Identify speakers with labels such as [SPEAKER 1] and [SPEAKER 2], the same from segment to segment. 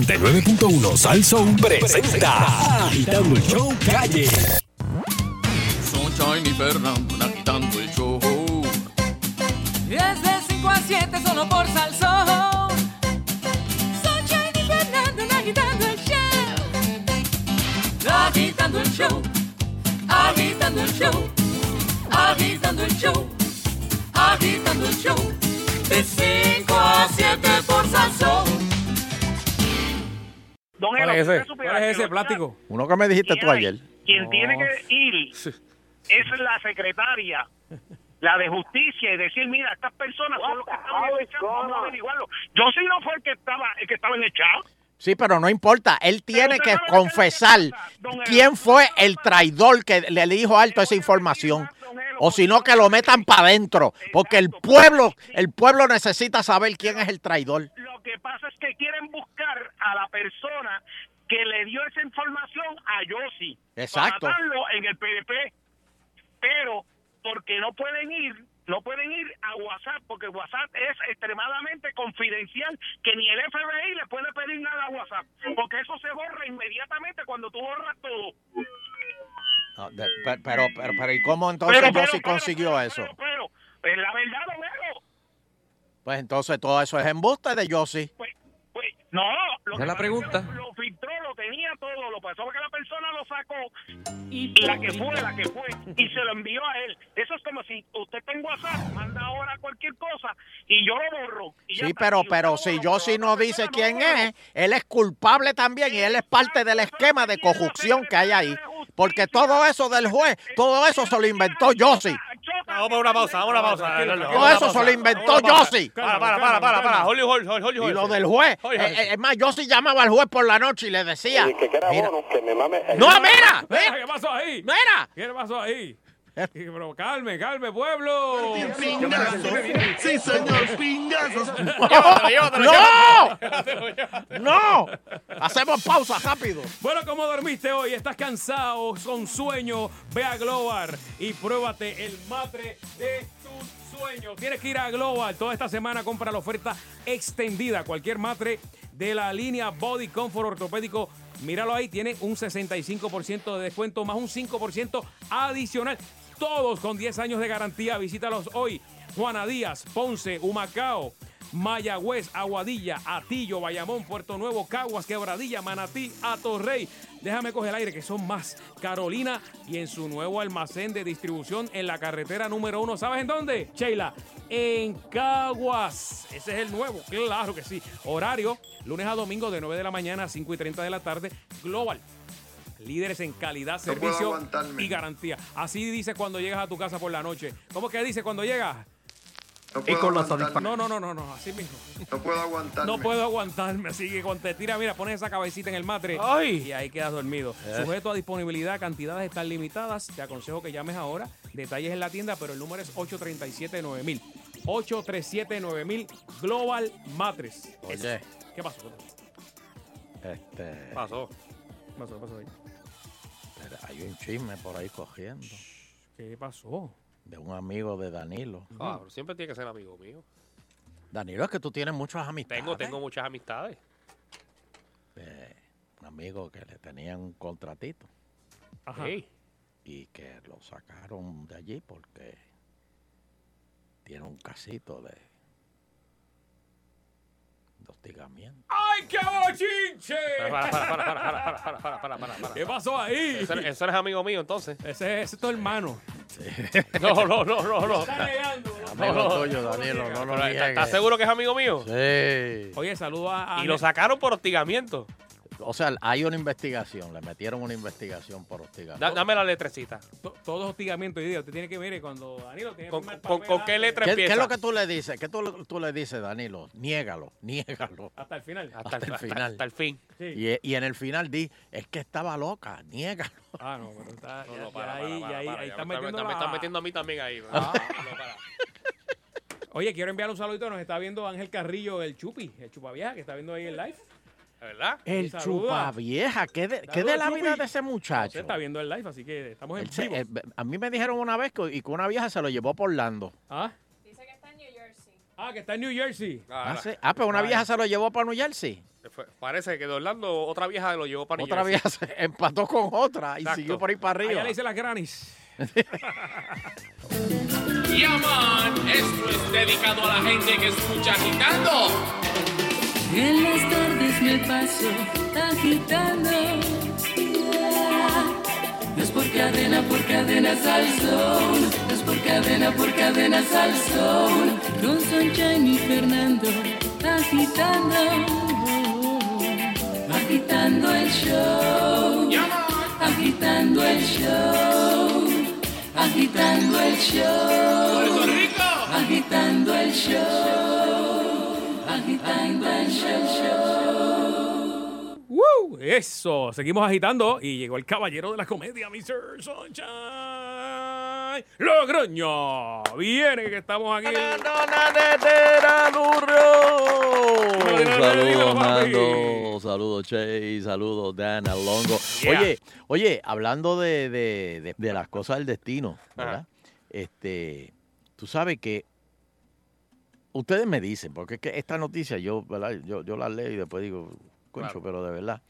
[SPEAKER 1] 99.1 Sal Soul presenta Agitando el Show Calle.
[SPEAKER 2] Sunshine y Fernando agitando el show.
[SPEAKER 3] Desde 5 a 7 solo por Salsón. Oh, Sunshine y Fernando agitando el show. Agitando el show. Agitando el show. Agitando el show. Agitando el show. De 5 a 7 por Salsón.
[SPEAKER 4] Don
[SPEAKER 5] ¿Cuál
[SPEAKER 4] Elo,
[SPEAKER 5] es
[SPEAKER 4] si
[SPEAKER 5] ese?
[SPEAKER 4] usted supiera
[SPEAKER 5] ¿Cuál es
[SPEAKER 4] que
[SPEAKER 5] ese
[SPEAKER 4] los
[SPEAKER 5] plástico?
[SPEAKER 6] Uno que me dijiste
[SPEAKER 4] chats-
[SPEAKER 6] tú ayer.
[SPEAKER 4] Quien
[SPEAKER 5] No.
[SPEAKER 4] tiene que ir es la secretaria, la de justicia, y decir, mira, estas personas son los que estaban en el chat, vamos a averiguarlo. Yo sí no fue el que estaba, el que estaba en el chat.
[SPEAKER 6] Sí, pero no importa. Él tiene
[SPEAKER 4] usted
[SPEAKER 6] que
[SPEAKER 4] sabe lo que
[SPEAKER 6] confesar
[SPEAKER 4] le pasa, don Elo.
[SPEAKER 6] quién fue el traidor que le dijo alto esa información. O si no, que lo metan para adentro. Porque el pueblo, el pueblo necesita saber quién es el traidor.
[SPEAKER 4] Lo que pasa es que quieren buscar a la persona que le dio esa información a Yossi.
[SPEAKER 6] Exacto.
[SPEAKER 4] Para matarlo en el PDP. Pero porque no pueden ir, no pueden ir a WhatsApp, porque WhatsApp es extremadamente confidencial, que ni el FBI le puede pedir nada a WhatsApp, porque eso se borra inmediatamente cuando tú borras todo.
[SPEAKER 6] No, de- pe- Pero, pero, pero, ¿y cómo entonces Yossi
[SPEAKER 4] pero,
[SPEAKER 6] consiguió
[SPEAKER 4] pero,
[SPEAKER 6] eso?
[SPEAKER 4] Pero, pero, es la verdad, don Elo.
[SPEAKER 6] Pues entonces todo eso es embuste de Yossi.
[SPEAKER 4] Pues, pues, no, lo
[SPEAKER 5] Esa es la
[SPEAKER 4] pasa
[SPEAKER 5] pregunta.
[SPEAKER 4] es que Lo, lo filtró, lo tenía todo, lo pasó porque la persona lo sacó y la que fue, la que fue, y se lo envió a él. Eso es como si usted está en WhatsApp, manda ahora cualquier cosa y yo lo borro. y ya
[SPEAKER 6] Sí,
[SPEAKER 4] está.
[SPEAKER 6] pero,
[SPEAKER 4] Y
[SPEAKER 6] pero
[SPEAKER 4] usted
[SPEAKER 6] si
[SPEAKER 4] lo borró,
[SPEAKER 6] Yossi
[SPEAKER 4] pero
[SPEAKER 6] no
[SPEAKER 4] otra
[SPEAKER 6] dice
[SPEAKER 4] persona
[SPEAKER 6] quién
[SPEAKER 4] lo borró.
[SPEAKER 6] es, él es culpable también y él es parte del esquema de corrupción que hay ahí. Porque todo eso del juez, todo eso se lo inventó Yossi.
[SPEAKER 7] Vamos a una pausa, vamos a una pausa.
[SPEAKER 5] Tranquilo,
[SPEAKER 7] No, no,
[SPEAKER 5] tranquilo.
[SPEAKER 7] no,
[SPEAKER 6] Todo
[SPEAKER 7] una
[SPEAKER 6] eso
[SPEAKER 7] pausa.
[SPEAKER 6] se lo inventó
[SPEAKER 7] Vamos a una pausa.
[SPEAKER 6] Yossi.
[SPEAKER 7] Para, para, para, para, para. Holy, holy, holy, holy,
[SPEAKER 6] Y
[SPEAKER 7] holy.
[SPEAKER 6] lo del juez.
[SPEAKER 7] Oye,
[SPEAKER 6] eh, eh, es más, Yossi llamaba al juez por la noche y le decía.
[SPEAKER 8] Y que quiera
[SPEAKER 6] "Mira,
[SPEAKER 8] bono, que me mame.
[SPEAKER 6] no, mira,
[SPEAKER 5] Mira,
[SPEAKER 6] mira,
[SPEAKER 5] ¿Qué pasó ahí?
[SPEAKER 6] mira.
[SPEAKER 5] ¿Qué pasó ahí? Pero calme, calme, pueblo.
[SPEAKER 9] Sí, señor, pingazos.
[SPEAKER 7] Llévatelo, llévatelo,
[SPEAKER 6] No,
[SPEAKER 7] llévatelo, llévatelo.
[SPEAKER 6] no. Hacemos pausa rápido.
[SPEAKER 5] Bueno, ¿cómo dormiste hoy? ¿Estás cansado? ¿Con sueño? Ve a Global y pruébate el matre de tus sueños. Tienes que ir a Global. Toda esta semana compra la oferta extendida. Cualquier matre de la línea Body Comfort Ortopédico. Míralo ahí, tiene un 65% de descuento, más un 5% adicional. Todos con 10 años de garantía. Visítalos hoy. Juana Díaz, Ponce, Humacao. Mayagüez, Aguadilla, Atillo, Bayamón, Puerto Nuevo, Caguas, Quebradilla, Manatí, Atorrey. Déjame coger el aire, que son más. Carolina y en su nuevo almacén de distribución en la carretera número uno. ¿Sabes en dónde, Sheila? En Caguas. Ese es el nuevo, claro que sí. Horario, lunes a domingo de 9 de la mañana a 5 y 30 de la tarde. Global. Líderes en calidad,
[SPEAKER 9] No puedo
[SPEAKER 5] servicio
[SPEAKER 9] aguantarme.
[SPEAKER 5] y garantía. Así dices cuando llegas a tu casa por la noche. ¿Cómo que dices cuando llegas?
[SPEAKER 9] No
[SPEAKER 7] Y
[SPEAKER 9] puedo
[SPEAKER 7] con la
[SPEAKER 9] aguantarme.
[SPEAKER 5] No, no, no, no, no, así mismo.
[SPEAKER 9] No puedo aguantarme.
[SPEAKER 5] No puedo aguantarme, así que cuando te tira, mira, pones esa cabecita en el matre
[SPEAKER 7] Ay. Eh.
[SPEAKER 5] y ahí quedas dormido. Sujeto a disponibilidad, cantidades están limitadas. Te aconsejo que llames ahora. Detalles en la tienda, pero el número es 837-9000. 837-9000 Global Matres.
[SPEAKER 6] Oye,
[SPEAKER 5] ¿Qué pasó?
[SPEAKER 6] este,
[SPEAKER 7] Pasó.
[SPEAKER 5] ¿Qué pasó? ¿Qué pasó? ahí?
[SPEAKER 6] hay un chisme por ahí cogiendo
[SPEAKER 5] ¿Qué pasó?
[SPEAKER 6] de un amigo de Danilo.
[SPEAKER 7] Ah, pero siempre tiene que ser amigo mío.
[SPEAKER 6] Danilo, es que tú tienes muchas amistades.
[SPEAKER 7] Tengo, tengo muchas amistades.
[SPEAKER 6] Eh, un amigo que le tenían un contratito
[SPEAKER 5] Ajá.
[SPEAKER 7] Ey,
[SPEAKER 6] y que lo sacaron de allí porque tiene un casito de, de hostigamiento.
[SPEAKER 5] ¡Ay, qué bochinche!
[SPEAKER 7] Para, para, para, para, para, para, para, para, para, para.
[SPEAKER 5] ¿Qué pasó ahí?
[SPEAKER 7] Eso, no- eso no es amigo mío, entonces.
[SPEAKER 5] Ese, ese es tu hermano.
[SPEAKER 7] No, no, no, no, no.
[SPEAKER 5] Está negando.
[SPEAKER 6] Amigo tuyo, Danilo, no lo
[SPEAKER 7] Pero, ¿está- ¿Estás
[SPEAKER 6] niegues.
[SPEAKER 7] seguro que es amigo mío?
[SPEAKER 6] Sí.
[SPEAKER 5] Oye, saludo a... a-
[SPEAKER 7] Y lo sacaron por hostigamiento.
[SPEAKER 6] O sea, hay una investigación, le metieron una investigación por hostigamiento.
[SPEAKER 7] Da- dame la letrecita.
[SPEAKER 5] To- Todo es hostigamiento, y Usted tiene que ver eh, cuando Danilo tiene que
[SPEAKER 7] ¿Con,
[SPEAKER 5] firmar
[SPEAKER 7] con-
[SPEAKER 5] papel
[SPEAKER 7] con qué
[SPEAKER 5] antes,
[SPEAKER 7] letra
[SPEAKER 6] ¿Qué,
[SPEAKER 7] empieza?
[SPEAKER 6] qué es lo que tú le dices? ¿Qué tú, tú le dices, Danilo? Niégalo, niégalo.
[SPEAKER 5] Hasta el final.
[SPEAKER 7] Hasta,
[SPEAKER 6] hasta el
[SPEAKER 7] el hasta-
[SPEAKER 6] final.
[SPEAKER 7] hasta el fin.
[SPEAKER 5] Sí.
[SPEAKER 6] Y, y en el final di, es que estaba loca, niégalo.
[SPEAKER 5] Ah, no, pero está.
[SPEAKER 7] No,
[SPEAKER 5] ya-
[SPEAKER 7] no,
[SPEAKER 5] ya
[SPEAKER 7] para, para,
[SPEAKER 5] ahí,
[SPEAKER 7] para,
[SPEAKER 5] ya ahí,
[SPEAKER 7] para,
[SPEAKER 5] ahí
[SPEAKER 7] ya
[SPEAKER 5] está
[SPEAKER 7] me
[SPEAKER 5] metiendo
[SPEAKER 7] está- me
[SPEAKER 5] la- Ah.
[SPEAKER 7] están metiendo a mí también ahí. No, para.
[SPEAKER 5] Oye, quiero enviar un saludito. Nos está viendo Ángel Carrillo, el Chupi, el Chupavieja, que está viendo ahí el live.
[SPEAKER 7] ¿De verdad?
[SPEAKER 6] El
[SPEAKER 5] Saluda.
[SPEAKER 6] chupavieja, ¿qué de, qué de la
[SPEAKER 5] Saluda,
[SPEAKER 6] vida
[SPEAKER 5] Chupi.
[SPEAKER 6] de ese muchacho?
[SPEAKER 5] Usted está viendo el live, así que estamos en
[SPEAKER 6] Él se-
[SPEAKER 5] vivo.
[SPEAKER 6] eh, a mí me dijeron una vez que, y que una vieja se lo llevó por Lando.
[SPEAKER 5] ¿Ah?
[SPEAKER 10] Dice que está en New Jersey.
[SPEAKER 5] ah, que está en New Jersey.
[SPEAKER 6] Ah, sí. Ah, pero una
[SPEAKER 5] Vaya.
[SPEAKER 6] vieja se lo llevó para New Jersey.
[SPEAKER 7] Fue- Parece que de Orlando otra vieja lo llevó para
[SPEAKER 11] Otra
[SPEAKER 7] New Jersey.
[SPEAKER 11] vez se empató con otra y
[SPEAKER 7] Exacto.
[SPEAKER 11] siguió por ahí para arriba.
[SPEAKER 5] Allá le hice las granis.
[SPEAKER 3] Yaman, esto es dedicado a la gente que escucha agitando.
[SPEAKER 10] En las tardes me paso agitando. Ah, No es por cadena, por cadena al sol. No es por cadena, por cadena al sol. Con Sunshine y Fernando agitando. Agitando el show. Agitando el show. Agitando el show.
[SPEAKER 3] Puerto Rico.
[SPEAKER 10] Agitando el show, agitando el show.
[SPEAKER 5] ¡Woo! Eso, seguimos agitando y llegó el caballero de la comedia, Mr. Sunshine Logroño. Viene que estamos aquí.
[SPEAKER 6] Saludos,
[SPEAKER 5] Papi.
[SPEAKER 6] Nando. Saludos, Chase. Saludos, Dan Alongo.
[SPEAKER 5] Yeah.
[SPEAKER 6] Oye, oye, hablando de, de- de- de las cosas del destino, ¿verdad?
[SPEAKER 7] Ajá.
[SPEAKER 6] Este, tú sabes que ustedes me dicen, porque es que esta noticia yo, ¿verdad? yo, yo la leo y después digo, concho,
[SPEAKER 7] Claro.
[SPEAKER 6] pero de verdad.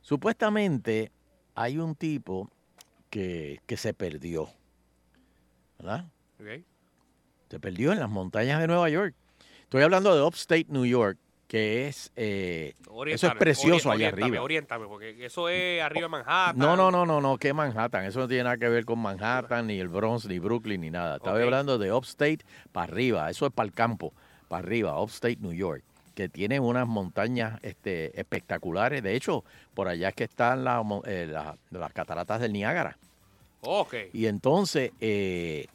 [SPEAKER 6] Supuestamente hay un tipo que, que se perdió, ¿verdad?
[SPEAKER 7] Ok.
[SPEAKER 6] Se perdió en las montañas de Nueva York. Estoy hablando de Upstate New York, que es... eh, eso es
[SPEAKER 7] Oriéntame,
[SPEAKER 6] precioso
[SPEAKER 7] ori-
[SPEAKER 6] allá
[SPEAKER 7] oriéntame,
[SPEAKER 6] arriba.
[SPEAKER 7] Oriéntame, porque eso es arriba de Manhattan.
[SPEAKER 6] No, no, no, no, no, que Manhattan. Eso no tiene nada que ver con Manhattan, ni el Bronx, ni Brooklyn, ni nada. Estaba
[SPEAKER 7] Ok.
[SPEAKER 6] hablando de Upstate para arriba. Eso es para el campo, para arriba, Upstate New York, que tiene unas montañas este, espectaculares. De hecho, por allá es que están las mon- eh, las- las cataratas del Niágara.
[SPEAKER 7] Ok. El
[SPEAKER 6] Y entonces, eh,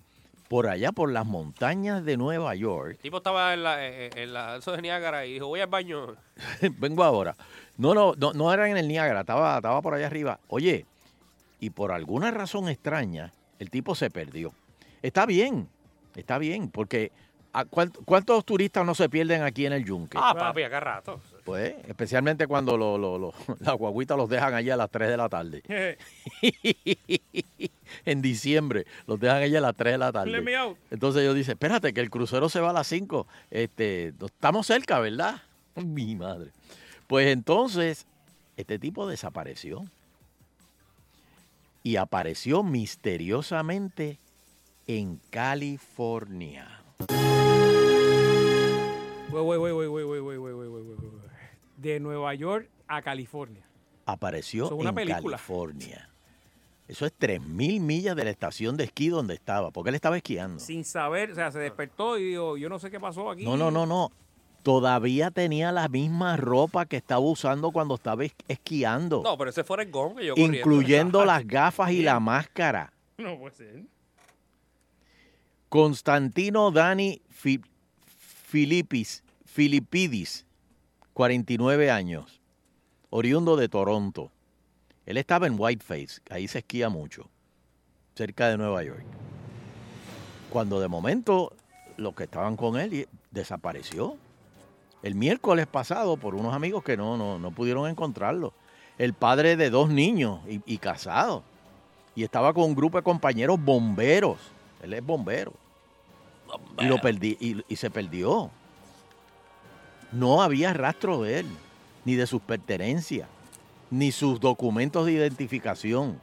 [SPEAKER 6] por allá, por las montañas de Nueva York,
[SPEAKER 7] tipo estaba en la, eh, eh, en la eso de Niágara y dijo, voy al baño.
[SPEAKER 6] vengo ahora. No, no, no, no era en el Niágara, estaba, estaba por allá arriba. Oye, y por alguna razón extraña, el tipo se perdió. Está bien, está bien, porque ¿a cuánt- ¿cuántos turistas no se pierden aquí en el yunque?
[SPEAKER 7] Ah, papi, acá rato.
[SPEAKER 6] Pues, especialmente cuando lo, lo- lo- las guaguitas los dejan allá a las 3 de la tarde. en diciembre, los dejan allá a las 3 de la
[SPEAKER 5] Let me
[SPEAKER 6] tarde.
[SPEAKER 5] out.
[SPEAKER 6] Entonces yo dice, espérate, que el crucero se va a las 5. Este, no- estamos cerca, ¿verdad? Mi madre. Pues entonces, este tipo desapareció. Y apareció misteriosamente en California.
[SPEAKER 5] Güey, güey, güey, güey, güey, güey, güey, güey, güey, güey, güey, güey. De Nueva York a California.
[SPEAKER 6] Apareció
[SPEAKER 5] Eso es una
[SPEAKER 6] en
[SPEAKER 5] película.
[SPEAKER 6] California. Eso es 3.000 millas de la estación de esquí donde estaba, porque él estaba esquiando.
[SPEAKER 5] Sin saber, o sea, se despertó y dijo, yo no sé qué pasó aquí.
[SPEAKER 6] No, no, no, no. Todavía tenía la misma ropa que estaba usando cuando estaba es- esquiando.
[SPEAKER 7] No, pero ese fue el gong que yo corriendo.
[SPEAKER 6] incluyendo las gafas y la máscara.
[SPEAKER 5] No puede ser.
[SPEAKER 6] Constantino Dani Fi- Filipis, Filipidis, 49 años, oriundo de Toronto. Él estaba en Whiteface, ahí se esquía mucho, cerca de Nueva York. Cuando de momento los que estaban con él y- desapareció. El miércoles pasado por unos amigos que no, no, no pudieron encontrarlo. El padre de dos niños y- y casado. Y estaba con un grupo de compañeros bomberos. Él es bombero. Y, lo perdí, y, y se perdió. No había rastro de él, ni de sus pertenencias, ni sus documentos de identificación.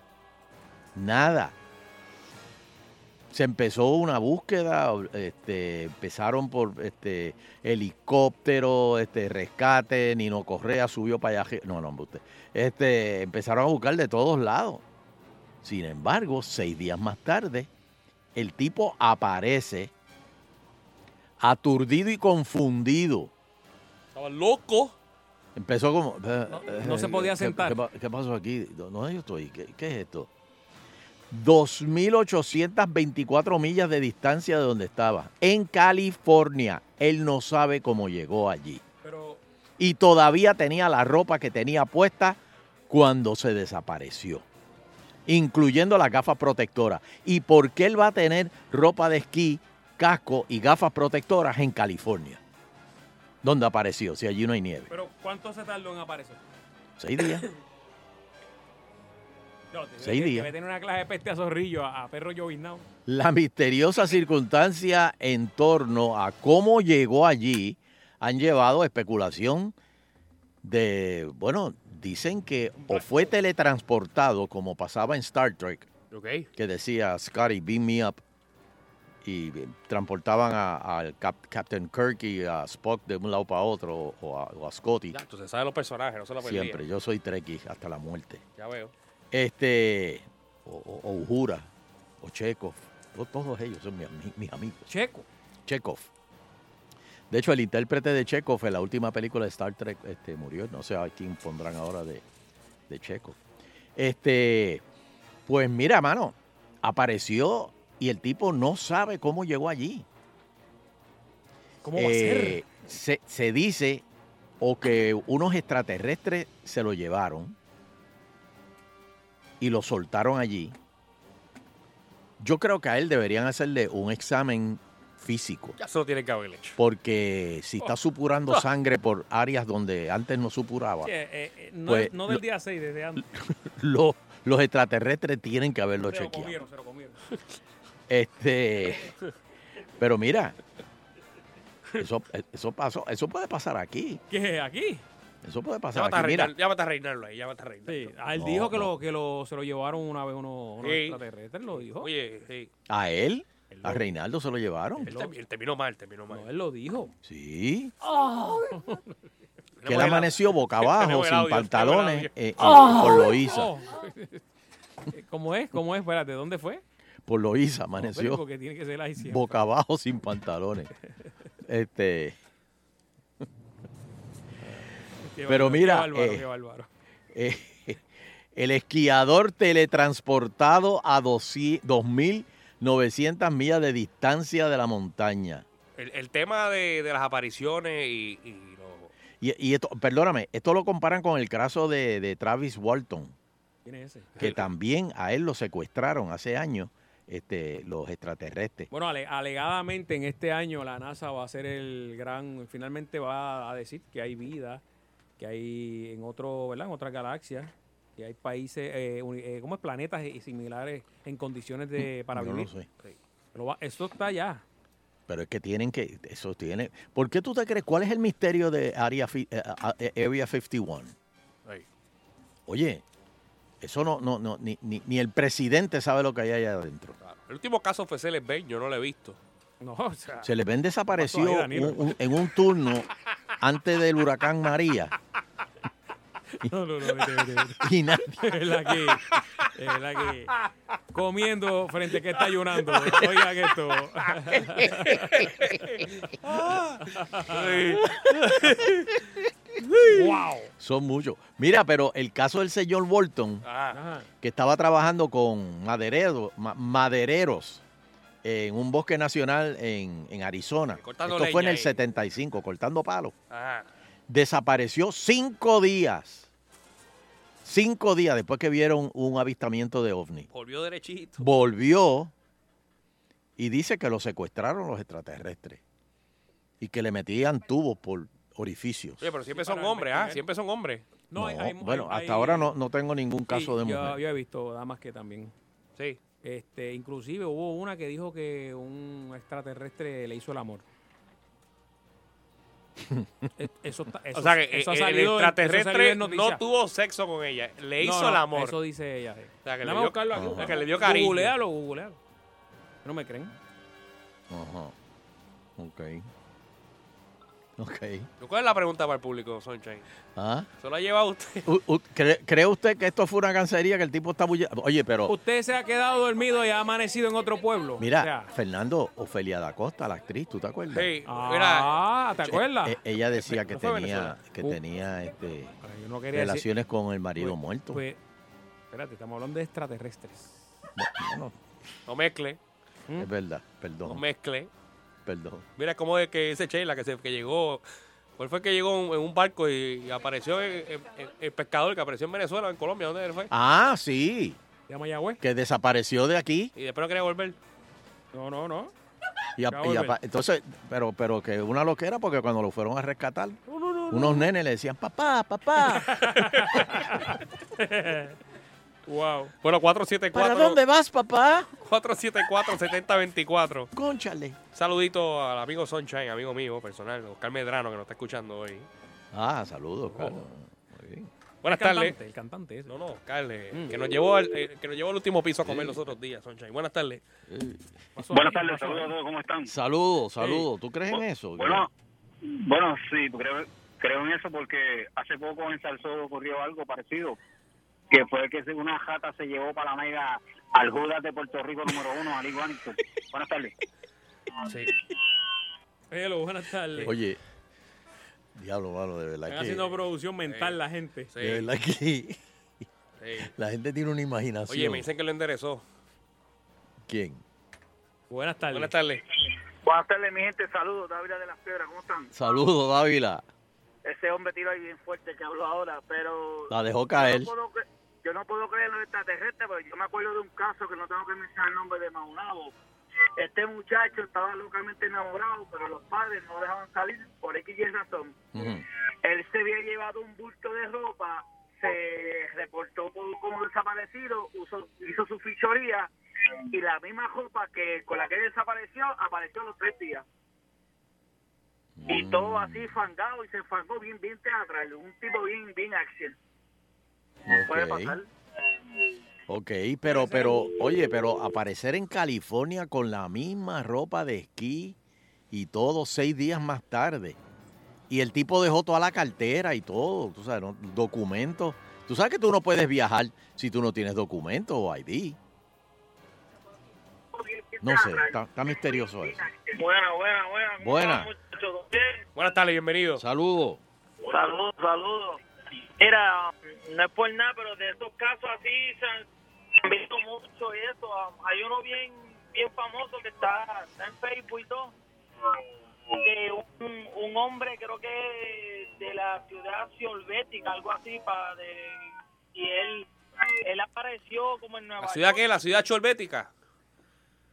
[SPEAKER 6] Nada. Se empezó una búsqueda, este, empezaron por este, helicóptero, este, rescate, Nino Correa subió para allá. arri- No, no, usted. Este, empezaron a buscar de todos lados. Sin embargo, seis días más tarde, el tipo aparece aturdido y confundido.
[SPEAKER 7] Estaba loco.
[SPEAKER 6] Empezó como...
[SPEAKER 5] no se podía
[SPEAKER 6] ¿Qué-
[SPEAKER 5] sentar.
[SPEAKER 6] ¿Qué, pa- qué pasó aquí? ¿Dónde yo estoy? ¿Qué, qué es esto? 2.824 millas de distancia de donde estaba, en California. Él no sabe cómo llegó allí.
[SPEAKER 5] Pero,
[SPEAKER 6] Y todavía tenía la ropa que tenía puesta cuando se desapareció, incluyendo las gafas protectoras. ¿Y por qué él va a tener ropa de esquí, casco y gafas protectoras en California? Donde apareció, si allí no hay nieve.
[SPEAKER 5] pero, ¿cuánto se tardó en aparecer?
[SPEAKER 6] Seis días.
[SPEAKER 5] No, te-
[SPEAKER 6] Seis
[SPEAKER 5] te-
[SPEAKER 6] días.
[SPEAKER 5] Debe tener una clase de peste a zorrillo, a, a perro lloviznado.
[SPEAKER 6] La misteriosa circunstancia en torno a cómo llegó allí han llevado a especulación de, bueno, dicen que o fue teletransportado como pasaba en Star Trek,
[SPEAKER 7] Ok.
[SPEAKER 6] que decía Scotty, beam me up, y eh, transportaban a- al Cap- Captain Kirk y a Spock de un lado para otro, o, o a, o a Scotty.
[SPEAKER 7] Ya, tú se sabes los personajes, no se la perdía.
[SPEAKER 6] Siempre, yo soy Trekkie hasta la muerte.
[SPEAKER 7] Ya veo.
[SPEAKER 6] Este, o, o- o Uhura, o Chekhov, to- todos ellos son mis, ami- mis amigos.
[SPEAKER 5] Checo.
[SPEAKER 6] Chekhov. De hecho, el intérprete de Chekhov en la última película de Star Trek este, murió. No sé a quién pondrán ahora de, de Chekhov. Este, pues mira, mano, apareció y el tipo no sabe cómo llegó allí.
[SPEAKER 5] ¿Cómo va a ser?
[SPEAKER 6] Eh, Se, se dice o que unos extraterrestres se lo llevaron y lo soltaron allí. Yo creo que a él deberían hacerle un examen físico.
[SPEAKER 7] Ya se lo tiene que haber hecho.
[SPEAKER 6] Porque si
[SPEAKER 5] Oh.
[SPEAKER 6] está supurando
[SPEAKER 7] Ah.
[SPEAKER 6] sangre por áreas donde antes no supuraba,
[SPEAKER 5] Sí, eh, eh, no,
[SPEAKER 6] Pues,
[SPEAKER 5] no del
[SPEAKER 6] lo-
[SPEAKER 5] día 6, desde antes.
[SPEAKER 6] lo- los extraterrestres tienen que haberlo
[SPEAKER 5] Se lo
[SPEAKER 6] chequeado.
[SPEAKER 5] comieron, se lo comieron.
[SPEAKER 6] Este, pero mira, eso, eso pasó, eso puede pasar aquí.
[SPEAKER 5] ¿Qué es aquí?
[SPEAKER 6] Eso puede pasar
[SPEAKER 7] Llámate a,
[SPEAKER 6] aquí. Mira,
[SPEAKER 7] Reinaldo, llámate a Reinaldo ahí, llámate a
[SPEAKER 5] Sí,
[SPEAKER 7] Reinaldo.
[SPEAKER 5] a él
[SPEAKER 6] No,
[SPEAKER 5] dijo que,
[SPEAKER 6] no.
[SPEAKER 5] lo, que lo, se lo llevaron una vez unos unos
[SPEAKER 7] Sí.
[SPEAKER 5] extraterrestres, lo dijo.
[SPEAKER 7] Oye, sí.
[SPEAKER 6] a él,
[SPEAKER 5] Él
[SPEAKER 6] a
[SPEAKER 5] lo-
[SPEAKER 6] Reinaldo se lo llevaron.
[SPEAKER 7] Él termi- él terminó mal, terminó mal.
[SPEAKER 5] No, él lo dijo.
[SPEAKER 6] Sí,
[SPEAKER 3] Oh.
[SPEAKER 7] Tenemos
[SPEAKER 6] que él
[SPEAKER 7] el-
[SPEAKER 6] amaneció boca abajo,
[SPEAKER 7] Tenemos el
[SPEAKER 6] sin
[SPEAKER 7] audio,
[SPEAKER 6] pantalones,
[SPEAKER 7] tenemos
[SPEAKER 6] eh, eh, por Loíza.
[SPEAKER 5] Oh. ¿Cómo es? ¿Cómo es? Espérate, ¿dónde fue?
[SPEAKER 6] Por Loíza
[SPEAKER 5] Oye,
[SPEAKER 6] amaneció.
[SPEAKER 5] Porque tiene que ser ahí siempre.
[SPEAKER 6] boca abajo sin pantalones. Este,
[SPEAKER 5] Qué
[SPEAKER 6] pero
[SPEAKER 5] bárbaro,
[SPEAKER 6] mira,
[SPEAKER 5] Qué bárbaro,
[SPEAKER 6] eh,
[SPEAKER 5] qué bárbaro.
[SPEAKER 6] eh, el esquiador teletransportado a 200 2.900 millas de distancia de la montaña.
[SPEAKER 7] El, el tema de, de las apariciones y, y lo-
[SPEAKER 6] Y, y esto, perdóname, esto lo comparan con el caso de, de Travis Walton,
[SPEAKER 5] ¿Quién es ese?
[SPEAKER 6] que también a él lo secuestraron hace años este, los extraterrestres.
[SPEAKER 5] Bueno, ale- alegadamente en este año la NASA va a hacer el gran, finalmente va a decir que hay vida, que hay en otro, ¿verdad? En otras galaxias, que hay países, eh, uni- eh, ¿cómo es? Planetas eh, similares en condiciones de para
[SPEAKER 6] Yo Mm, no
[SPEAKER 5] vivir.
[SPEAKER 6] sé,
[SPEAKER 5] Pero va- eso está ya.
[SPEAKER 6] pero es que tienen que, eso tiene. ¿Por qué tú te crees? ¿Cuál es el misterio de Area, fi- eh, eh, Area 51?
[SPEAKER 7] ahí.
[SPEAKER 6] Oye, eso no, no, no ni, ni, ni el presidente sabe lo que hay allá adentro.
[SPEAKER 7] Claro. El último caso fue Celeste Bain, yo no lo he visto.
[SPEAKER 5] No, o sea,
[SPEAKER 6] Se les ven
[SPEAKER 5] Pasó ahí,
[SPEAKER 6] desaparecido
[SPEAKER 5] Danilo.
[SPEAKER 6] un- un- en un turno antes del huracán María
[SPEAKER 5] no, no, no, vete, vete, vete.
[SPEAKER 6] y nadie.
[SPEAKER 5] Es la que, es la que comiendo frente que está llorando. Oigan esto. wow.
[SPEAKER 6] Son muchos. Mira, pero el caso del señor Bolton,
[SPEAKER 7] Ah,
[SPEAKER 5] Ajá.
[SPEAKER 6] que estaba trabajando con maderero- ma- madereros en un bosque nacional en, en Arizona.
[SPEAKER 7] Cortando
[SPEAKER 6] Esto fue en
[SPEAKER 7] leña
[SPEAKER 6] el
[SPEAKER 7] ahí.
[SPEAKER 6] 75, cortando palos.
[SPEAKER 7] ajá.
[SPEAKER 6] desapareció cinco días. Cinco días después que vieron un avistamiento de ovni.
[SPEAKER 7] Volvió derechito.
[SPEAKER 6] Volvió y dice que lo secuestraron los extraterrestres y que le metían tubos por orificios.
[SPEAKER 7] Oye, pero siempre
[SPEAKER 5] Sí, para
[SPEAKER 7] son hombres,
[SPEAKER 5] investigar.
[SPEAKER 7] ah, siempre son hombres.
[SPEAKER 5] No, hay-
[SPEAKER 6] No,
[SPEAKER 5] hay-
[SPEAKER 6] bueno,
[SPEAKER 5] hay-
[SPEAKER 6] hasta ahora no, no tengo ningún caso de
[SPEAKER 5] Sí,
[SPEAKER 6] mujer.
[SPEAKER 5] yo- Yo he visto damas que también.
[SPEAKER 7] Sí.
[SPEAKER 5] Este, inclusive hubo una que dijo que un extraterrestre le hizo el amor. Es- Eso, está- eso-
[SPEAKER 7] o sea que
[SPEAKER 5] eso ha
[SPEAKER 7] eh, el
[SPEAKER 5] salido en- eso ha salido en
[SPEAKER 7] extraterrestre
[SPEAKER 5] noticias.
[SPEAKER 7] no tuvo sexo con ella, le
[SPEAKER 5] No,
[SPEAKER 7] hizo
[SPEAKER 5] no,
[SPEAKER 7] el amor.
[SPEAKER 5] Eso dice ella. sí.
[SPEAKER 7] sea, que le
[SPEAKER 5] Vamos a
[SPEAKER 7] dio-
[SPEAKER 5] buscarlo aquí.
[SPEAKER 6] Ajá.
[SPEAKER 5] buscarlo.
[SPEAKER 7] Que le dio cariño.
[SPEAKER 5] Googlealo, googlealo. No me creen.
[SPEAKER 6] Ajá. Ok. Ok.
[SPEAKER 7] ¿Cuál es la pregunta para el público, Sunshine?
[SPEAKER 6] Ah.
[SPEAKER 7] ¿Se la lleva usted?
[SPEAKER 6] U- u- ¿cree, cree usted que esto fue una cancería que el tipo está... bulle- Oye, pero...
[SPEAKER 5] Usted se ha quedado dormido y ha amanecido en otro pueblo.
[SPEAKER 6] Mira,
[SPEAKER 5] O sea,
[SPEAKER 6] Fernando Ofelia da Costa, la actriz, ¿tú te acuerdas?
[SPEAKER 7] Sí, mira,
[SPEAKER 5] ah, ¿te acuerdas?
[SPEAKER 6] Eh, ella decía que
[SPEAKER 7] ¿No fue
[SPEAKER 6] tenía,
[SPEAKER 7] Venezuela?
[SPEAKER 6] que
[SPEAKER 5] Uh.
[SPEAKER 6] tenía este,
[SPEAKER 5] Ay, yo no quería decir-
[SPEAKER 6] relaciones con el marido
[SPEAKER 5] Pues-
[SPEAKER 6] muerto.
[SPEAKER 5] pues, espérate, estamos hablando de extraterrestres.
[SPEAKER 6] Bueno,
[SPEAKER 7] no mezcle,
[SPEAKER 5] ¿Mm?
[SPEAKER 6] es verdad,
[SPEAKER 7] no
[SPEAKER 6] perdón,
[SPEAKER 7] mezcle.
[SPEAKER 6] perdón.
[SPEAKER 7] Mira cómo es que ese Sheila que, se, que llegó, ¿cuál fue que llegó en en un barco y, y apareció el, el- el pescador que apareció en Venezuela, o en Colombia, ¿dónde él fue?
[SPEAKER 6] Ah, sí,
[SPEAKER 5] ¿Llama Yahweh?
[SPEAKER 6] que desapareció de aquí.
[SPEAKER 7] Y después no quería volver.
[SPEAKER 5] No, no, no.
[SPEAKER 6] Y a-
[SPEAKER 5] Ya
[SPEAKER 6] y a-
[SPEAKER 5] vuelve.
[SPEAKER 6] entonces, pero, pero que una loquera, porque cuando lo fueron a rescatar, unos nenes le decían, papá, papá,
[SPEAKER 5] Wow.
[SPEAKER 7] Bueno,
[SPEAKER 6] ¿para
[SPEAKER 7] 474.
[SPEAKER 6] dónde vas, papá?
[SPEAKER 7] 474-7024.
[SPEAKER 6] Cónchale.
[SPEAKER 7] Saludito al amigo Sunshine, amigo mío personal, Oscar Medrano, que nos está escuchando hoy.
[SPEAKER 6] Ah, saludos, Carlos. Muy bien.
[SPEAKER 7] Buenas
[SPEAKER 5] El cantante,
[SPEAKER 7] tardes.
[SPEAKER 5] El cantante ese. Mm.
[SPEAKER 7] No, no, Carlos,
[SPEAKER 6] Mm.
[SPEAKER 7] que nos llevó al, eh, que nos llevó al último piso a comer los otros días, Sunshine. Buenas tardes.
[SPEAKER 5] Pasó
[SPEAKER 4] Buenas
[SPEAKER 5] ahí,
[SPEAKER 4] tardes,
[SPEAKER 5] pasó
[SPEAKER 4] saludos a
[SPEAKER 5] ahí.
[SPEAKER 4] todos, ¿cómo están?
[SPEAKER 6] Saludos, saludos. ¿Tú crees en eso?
[SPEAKER 4] Bueno, bueno sí, creo, creo en eso porque hace poco en Salsó ocurrió algo parecido, que fue que se- una jata se llevó para la mega al Judas de Puerto Rico número uno, al Iguanito. Buenas tardes.
[SPEAKER 7] Sí.
[SPEAKER 5] Hello, buenas tardes.
[SPEAKER 6] Oye, diablo, mano, de
[SPEAKER 5] Están
[SPEAKER 6] verdad que.
[SPEAKER 5] haciendo producción mental
[SPEAKER 7] Sí.
[SPEAKER 5] la gente.
[SPEAKER 7] Sí,
[SPEAKER 6] De verdad que
[SPEAKER 7] sí.
[SPEAKER 6] la gente tiene una imaginación.
[SPEAKER 7] Oye, me dicen que lo enderezó.
[SPEAKER 6] ¿Quién?
[SPEAKER 5] Buenas tardes.
[SPEAKER 7] Buenas tardes.
[SPEAKER 4] Buenas tardes, mi gente, saludos, David de las Piedras, ¿cómo están?
[SPEAKER 6] Saludos, Dávila.
[SPEAKER 4] Ese hombre tiró ahí bien fuerte que habló ahora, pero...
[SPEAKER 6] La dejó caer.
[SPEAKER 4] Yo no, puedo, cre- yo no puedo creer en los extraterrestres, pero yo me acuerdo de un caso que no tengo que mencionar el nombre de Maunabo. Este muchacho estaba locamente enamorado, pero los padres no dejaban salir por X y razón.
[SPEAKER 6] Ujú.
[SPEAKER 4] Él se había llevado un bulto de ropa, se reportó por- como desaparecido, usó- hizo su fichoría y la misma ropa que con la que desapareció apareció a los tres días. Y
[SPEAKER 6] Mm.
[SPEAKER 4] todo así fangado y se fangó bien, bien teatral. Un tipo bien, bien action. Puede
[SPEAKER 6] Ok.
[SPEAKER 4] pasar.
[SPEAKER 6] Ok, pero, pero, oye, pero aparecer en California con la misma ropa de esquí y todo seis días más tarde. Y el tipo dejó toda la cartera y todo, tú sabes, ¿no? documentos. Tú sabes que tú no puedes viajar si tú no tienes documentos o ID. No sé, está, está misterioso eso.
[SPEAKER 4] Buena, buena, buena. ¿Cómo
[SPEAKER 6] Buena.
[SPEAKER 4] están, muchachos? Bien.
[SPEAKER 7] Buenas tardes, bienvenido.
[SPEAKER 6] Saludos.
[SPEAKER 4] Saludos, saludos. Era, no es por nada, pero de estos casos así se han se han visto mucho y eso. ah, Hay uno bien, bien famoso que está, está en Facebook y todo. Que un, un hombre, creo que de la ciudad Siolbética, algo así, para de, y él, él apareció como en Nueva
[SPEAKER 7] ¿La ciudad
[SPEAKER 4] York,
[SPEAKER 7] qué? ¿La ciudad chorbética?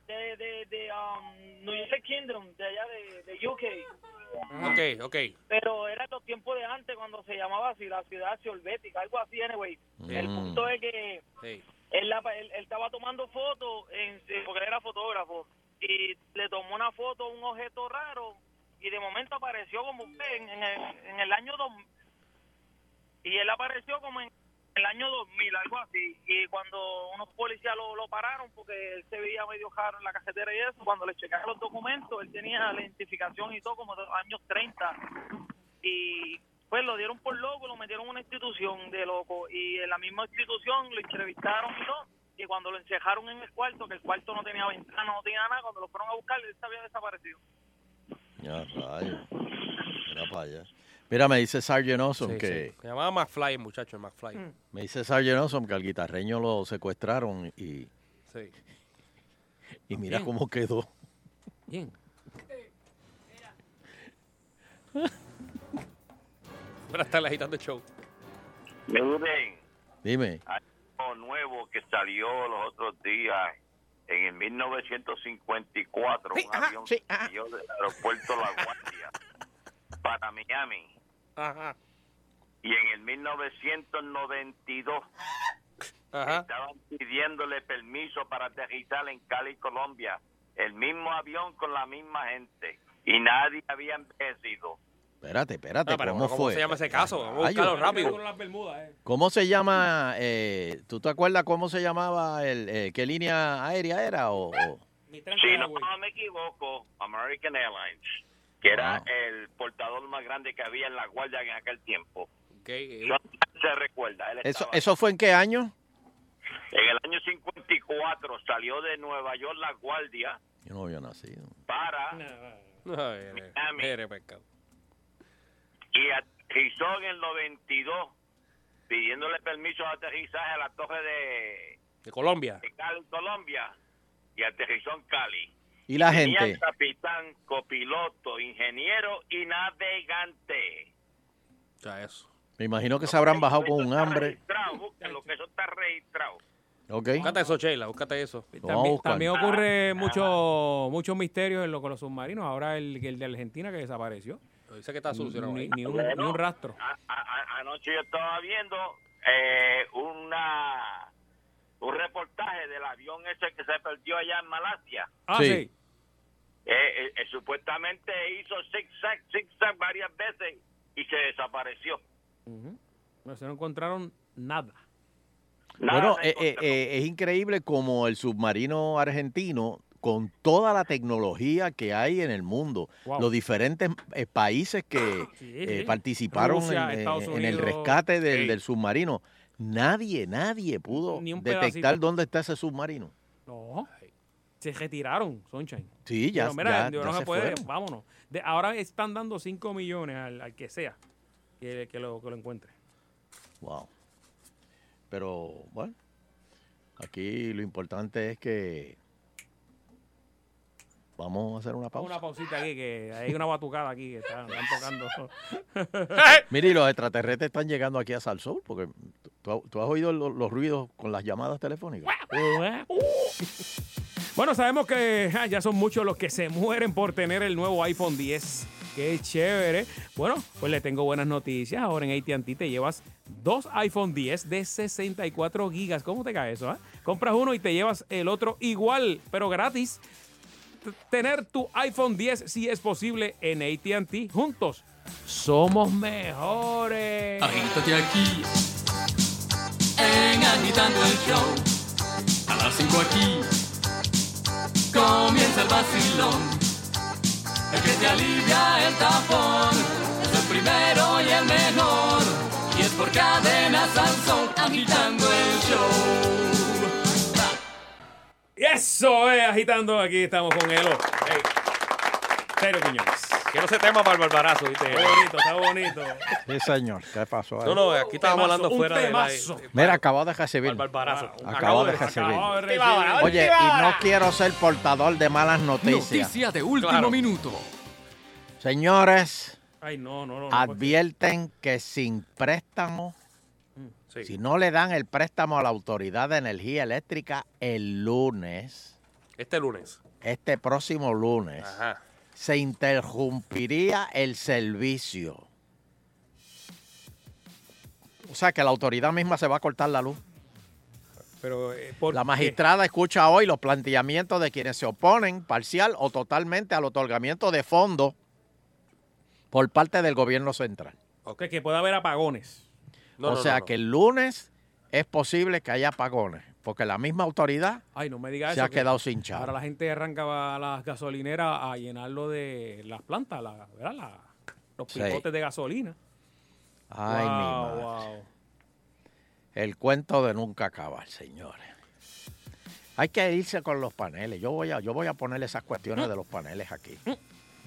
[SPEAKER 4] de, de, de um, New York Kingdom, de allá de, de UK. Mm.
[SPEAKER 7] Ok, ok.
[SPEAKER 4] pero era en los tiempos de antes cuando se llamaba así la ciudad Siolbética, algo así, anyway. El
[SPEAKER 6] Mm.
[SPEAKER 4] punto es que
[SPEAKER 7] Sí.
[SPEAKER 4] él, la- él- él estaba tomando fotos, en- porque él era fotógrafo, y le tomó una foto a un objeto raro, y de momento apareció como en, en el, en el año 2000, y él apareció como en el año 2000, algo así, y cuando unos policías lo, lo pararon, porque él se veía medio jaro en la cajetera y eso, cuando le checaron los documentos, él tenía la identificación y todo como de los años 30, y pues lo dieron por loco, lo metieron en una institución de loco y en la misma institución lo entrevistaron y todo. Y cuando lo encerraron en el cuarto, que el cuarto no tenía ventana, no tenía nada, cuando lo fueron a buscar, él se había desaparecido.
[SPEAKER 6] Ya, rayos. Mira para allá. Mira, me dice Sargent Awesome
[SPEAKER 7] Sí,
[SPEAKER 6] que.
[SPEAKER 7] sí. Se llamaba McFly el muchacho, el McFly.
[SPEAKER 6] Me dice Sargent Awesome que al guitarreño lo secuestraron y,
[SPEAKER 7] Sí.
[SPEAKER 6] y mira cómo quedó.
[SPEAKER 5] Bien.
[SPEAKER 7] Buenas tardes, agitando el show.
[SPEAKER 12] Miren,
[SPEAKER 6] Dime.
[SPEAKER 12] lo nuevo que salió los otros días en el 1954,
[SPEAKER 11] Sí,
[SPEAKER 12] un
[SPEAKER 11] ajá,
[SPEAKER 12] avión
[SPEAKER 11] sí,
[SPEAKER 12] que
[SPEAKER 11] ajá.
[SPEAKER 12] salió del aeropuerto La Guardia para Miami.
[SPEAKER 7] Ajá,
[SPEAKER 12] Y en el 1992
[SPEAKER 7] ajá.
[SPEAKER 12] estaban pidiéndole permiso para aterrizar en Cali, Colombia. El mismo avión con la misma gente. Y nadie había envejecido.
[SPEAKER 6] Espérate, espérate,
[SPEAKER 7] Ah, pero
[SPEAKER 6] ¿cómo,
[SPEAKER 7] ¿cómo
[SPEAKER 6] fue?
[SPEAKER 7] se llama ese caso? Vamos a
[SPEAKER 6] Rayo.
[SPEAKER 7] buscarlo rápido.
[SPEAKER 5] Con las Bermudas, eh.
[SPEAKER 6] ¿Cómo se llama? eh, ¿Tú te acuerdas cómo se llamaba? el eh, ¿Qué línea aérea era? O, o-
[SPEAKER 5] Ni tranca
[SPEAKER 12] Si
[SPEAKER 5] de
[SPEAKER 12] no
[SPEAKER 5] agua.
[SPEAKER 12] me equivoco, American Airlines, que
[SPEAKER 7] Ah.
[SPEAKER 12] era
[SPEAKER 6] Wow.
[SPEAKER 12] el portador más grande que había en la guardia en aquel tiempo.
[SPEAKER 7] Ok, eh,
[SPEAKER 12] No se recuerda. él
[SPEAKER 6] ¿Eso,
[SPEAKER 12] estaba-
[SPEAKER 6] ¿Eso fue en qué año?
[SPEAKER 12] En el año 54 salió de Nueva York la guardia
[SPEAKER 6] Yo no había nacido.
[SPEAKER 12] para
[SPEAKER 7] no, mire,
[SPEAKER 12] Miami.
[SPEAKER 7] mire, pues, pescado.
[SPEAKER 12] y aterrizó en el 92 pidiéndole permiso de aterrizaje a la torre de,
[SPEAKER 7] De Colombia.
[SPEAKER 12] de Cali, Colombia, y aterrizó en Cali.
[SPEAKER 6] ¿Y la
[SPEAKER 12] Tenía
[SPEAKER 6] gente?
[SPEAKER 12] capitán, copiloto, ingeniero y navegante.
[SPEAKER 7] O sea, eso.
[SPEAKER 6] Me imagino que se habrán bajado
[SPEAKER 12] Eso
[SPEAKER 6] con un
[SPEAKER 12] está
[SPEAKER 6] hambre.
[SPEAKER 12] registrado, búscalo, que eso está registrado.
[SPEAKER 6] ¿Ok?
[SPEAKER 7] Búscate eso, Sheila, búscate eso.
[SPEAKER 6] Lo vamos a
[SPEAKER 5] También,
[SPEAKER 6] buscar.
[SPEAKER 5] también ocurre mucho- muchos misterios en lo con los submarinos. Ahora el, el de Argentina que desapareció.
[SPEAKER 7] Dice que está sucio. ¿no?
[SPEAKER 5] Ni, ni un, ni un rastro.
[SPEAKER 12] A- a- a- anoche yo estaba viendo eh, una un reportaje del avión ese que se perdió allá en Malasia.
[SPEAKER 5] Ah,
[SPEAKER 6] Sí.
[SPEAKER 5] sí.
[SPEAKER 12] Eh, eh, eh, supuestamente hizo zig-zag, zig-zag varias veces y se desapareció.
[SPEAKER 5] No se no encontraron nada.
[SPEAKER 6] Bueno, eh, eh, eh, es increíble como el submarino argentino, con toda la tecnología que hay en el mundo,
[SPEAKER 5] Wow.
[SPEAKER 6] los diferentes eh, países que eh, participaron
[SPEAKER 5] Rusia,
[SPEAKER 6] en, eh,
[SPEAKER 5] Estados
[SPEAKER 6] en el
[SPEAKER 5] Unidos.
[SPEAKER 6] rescate del,
[SPEAKER 5] Sí.
[SPEAKER 6] del submarino, nadie, nadie pudo
[SPEAKER 5] Ni un
[SPEAKER 6] detectar
[SPEAKER 5] pedacito.
[SPEAKER 6] dónde está ese submarino.
[SPEAKER 5] No. Se retiraron, Sunshine.
[SPEAKER 6] Sí, ya-
[SPEAKER 5] Dijeron, mira,
[SPEAKER 6] ya-
[SPEAKER 5] yo
[SPEAKER 6] ya
[SPEAKER 5] no se
[SPEAKER 6] se
[SPEAKER 5] puede,
[SPEAKER 6] fueron.
[SPEAKER 5] vámonos. De- ahora están dando 5 millones al, al que sea que, que lo, que lo encuentre.
[SPEAKER 6] Wow. Pero bueno, aquí lo importante es que vamos a hacer una pausa.
[SPEAKER 5] Una pausita aquí, que hay una batucada aquí que están, están tocando.
[SPEAKER 6] Mire, y los extraterrestres están llegando aquí a Salsol, porque tú, tú has oído lo- los ruidos con las llamadas telefónicas.
[SPEAKER 5] Bueno, sabemos que ja, ya son muchos los que se mueren por tener el nuevo iPhone 10. Qué chévere. Bueno, pues le tengo buenas noticias. Ahora en AT&T te llevas dos iPhone 10 de 64 gigas. ¿Cómo te cae eso? ah? Compras uno y te llevas el otro igual, pero gratis. T- Tener tu iPhone 10 si es posible en AT&T juntos. Somos mejores.
[SPEAKER 3] Agítate aquí. En Agitando el Show. A las 5 aquí. Comienza el vacilón. El que te alivia el tapón. Es el primero y el menor. Y es por cadena Sansón. Agitando el show.
[SPEAKER 5] Y eso es, agitando. Aquí estamos con Elo. Hey. Cero Quiñones.
[SPEAKER 7] Quiero ese tema para el barbarazo, ¿viste?
[SPEAKER 5] Está bonito, está bonito.
[SPEAKER 6] Sí, señor. ¿Qué pasó? ahí?
[SPEAKER 7] No, no,
[SPEAKER 5] eh,
[SPEAKER 7] aquí estábamos
[SPEAKER 5] Temazo,
[SPEAKER 7] hablando
[SPEAKER 5] un
[SPEAKER 7] fuera de la...
[SPEAKER 5] temazo.
[SPEAKER 6] Mira, acabo de recibir.
[SPEAKER 7] Barbarazo.
[SPEAKER 6] Acabo de recibir. Oye, y no quiero ser portador de malas noticias.
[SPEAKER 3] Noticia de último
[SPEAKER 6] Claro.
[SPEAKER 3] minuto.
[SPEAKER 6] Señores,
[SPEAKER 5] Ay, no, no, pues, no.
[SPEAKER 6] Ah,
[SPEAKER 5] no,
[SPEAKER 6] advierten que sin préstamo, Mm. si no le dan el préstamo a la Autoridad de Energía Eléctrica el lunes,
[SPEAKER 7] Este lunes.
[SPEAKER 6] este próximo lunes,
[SPEAKER 7] Ajá.
[SPEAKER 6] se interrumpiría el servicio. O sea que la autoridad misma se va a cortar la luz.
[SPEAKER 5] Pero, eh, ¿por
[SPEAKER 6] La
[SPEAKER 5] qué?
[SPEAKER 6] magistrada escucha hoy los planteamientos de quienes se oponen parcial o totalmente al otorgamiento de fondos por parte del gobierno central.
[SPEAKER 5] Que, que puede haber apagones.
[SPEAKER 6] o sea que el lunes es posible que haya apagones, porque la misma autoridad
[SPEAKER 5] Ay, no me digas
[SPEAKER 6] se
[SPEAKER 5] eso.
[SPEAKER 6] ha
[SPEAKER 5] que
[SPEAKER 6] quedado sin chavo.
[SPEAKER 5] Ahora la gente arranca a las gasolineras a llenarlo de las plantas, la, ¿verdad? La- los
[SPEAKER 6] Sí.
[SPEAKER 5] picotes de gasolina.
[SPEAKER 6] Ay, mi
[SPEAKER 5] Wow,
[SPEAKER 6] madre.
[SPEAKER 5] wow.
[SPEAKER 6] El cuento de nunca acabar, señores. Hay que irse con los paneles. Yo voy a, yo voy a poner esas cuestiones de los paneles aquí.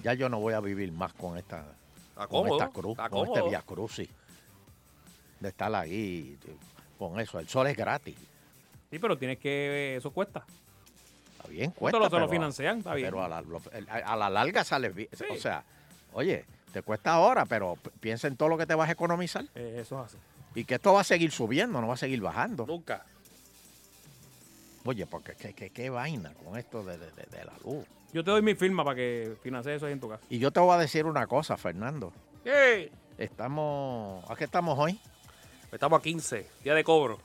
[SPEAKER 6] Ya yo no voy a vivir más con esta,
[SPEAKER 7] Está
[SPEAKER 6] con
[SPEAKER 7] cómodo,
[SPEAKER 6] esta cruz,
[SPEAKER 7] está
[SPEAKER 6] con este
[SPEAKER 7] cómodo.
[SPEAKER 6] Via Crucis. De estar ahí con eso. El sol es gratis.
[SPEAKER 5] Sí, pero tienes que. Eso cuesta.
[SPEAKER 6] Está bien,
[SPEAKER 5] te lo-
[SPEAKER 6] cuesta.
[SPEAKER 5] te lo
[SPEAKER 6] pero-
[SPEAKER 5] financian, está bien.
[SPEAKER 6] Pero a la, lo- a la larga sale bien. O sea, oye, te cuesta ahora, pero p- piensa en todo lo que te vas a economizar.
[SPEAKER 5] Eh, eso es así.
[SPEAKER 6] Y que esto va a seguir subiendo, no va a seguir bajando.
[SPEAKER 7] Nunca.
[SPEAKER 6] Oye, porque qué, qué- qué vaina con esto de, de- de- de la luz.
[SPEAKER 5] Yo te doy mi firma para que financies eso ahí en tu casa.
[SPEAKER 6] Y yo te voy a decir una cosa, Fernando. Estamos. ¿A qué estamos hoy?
[SPEAKER 7] Estamos a 15, día de cobro.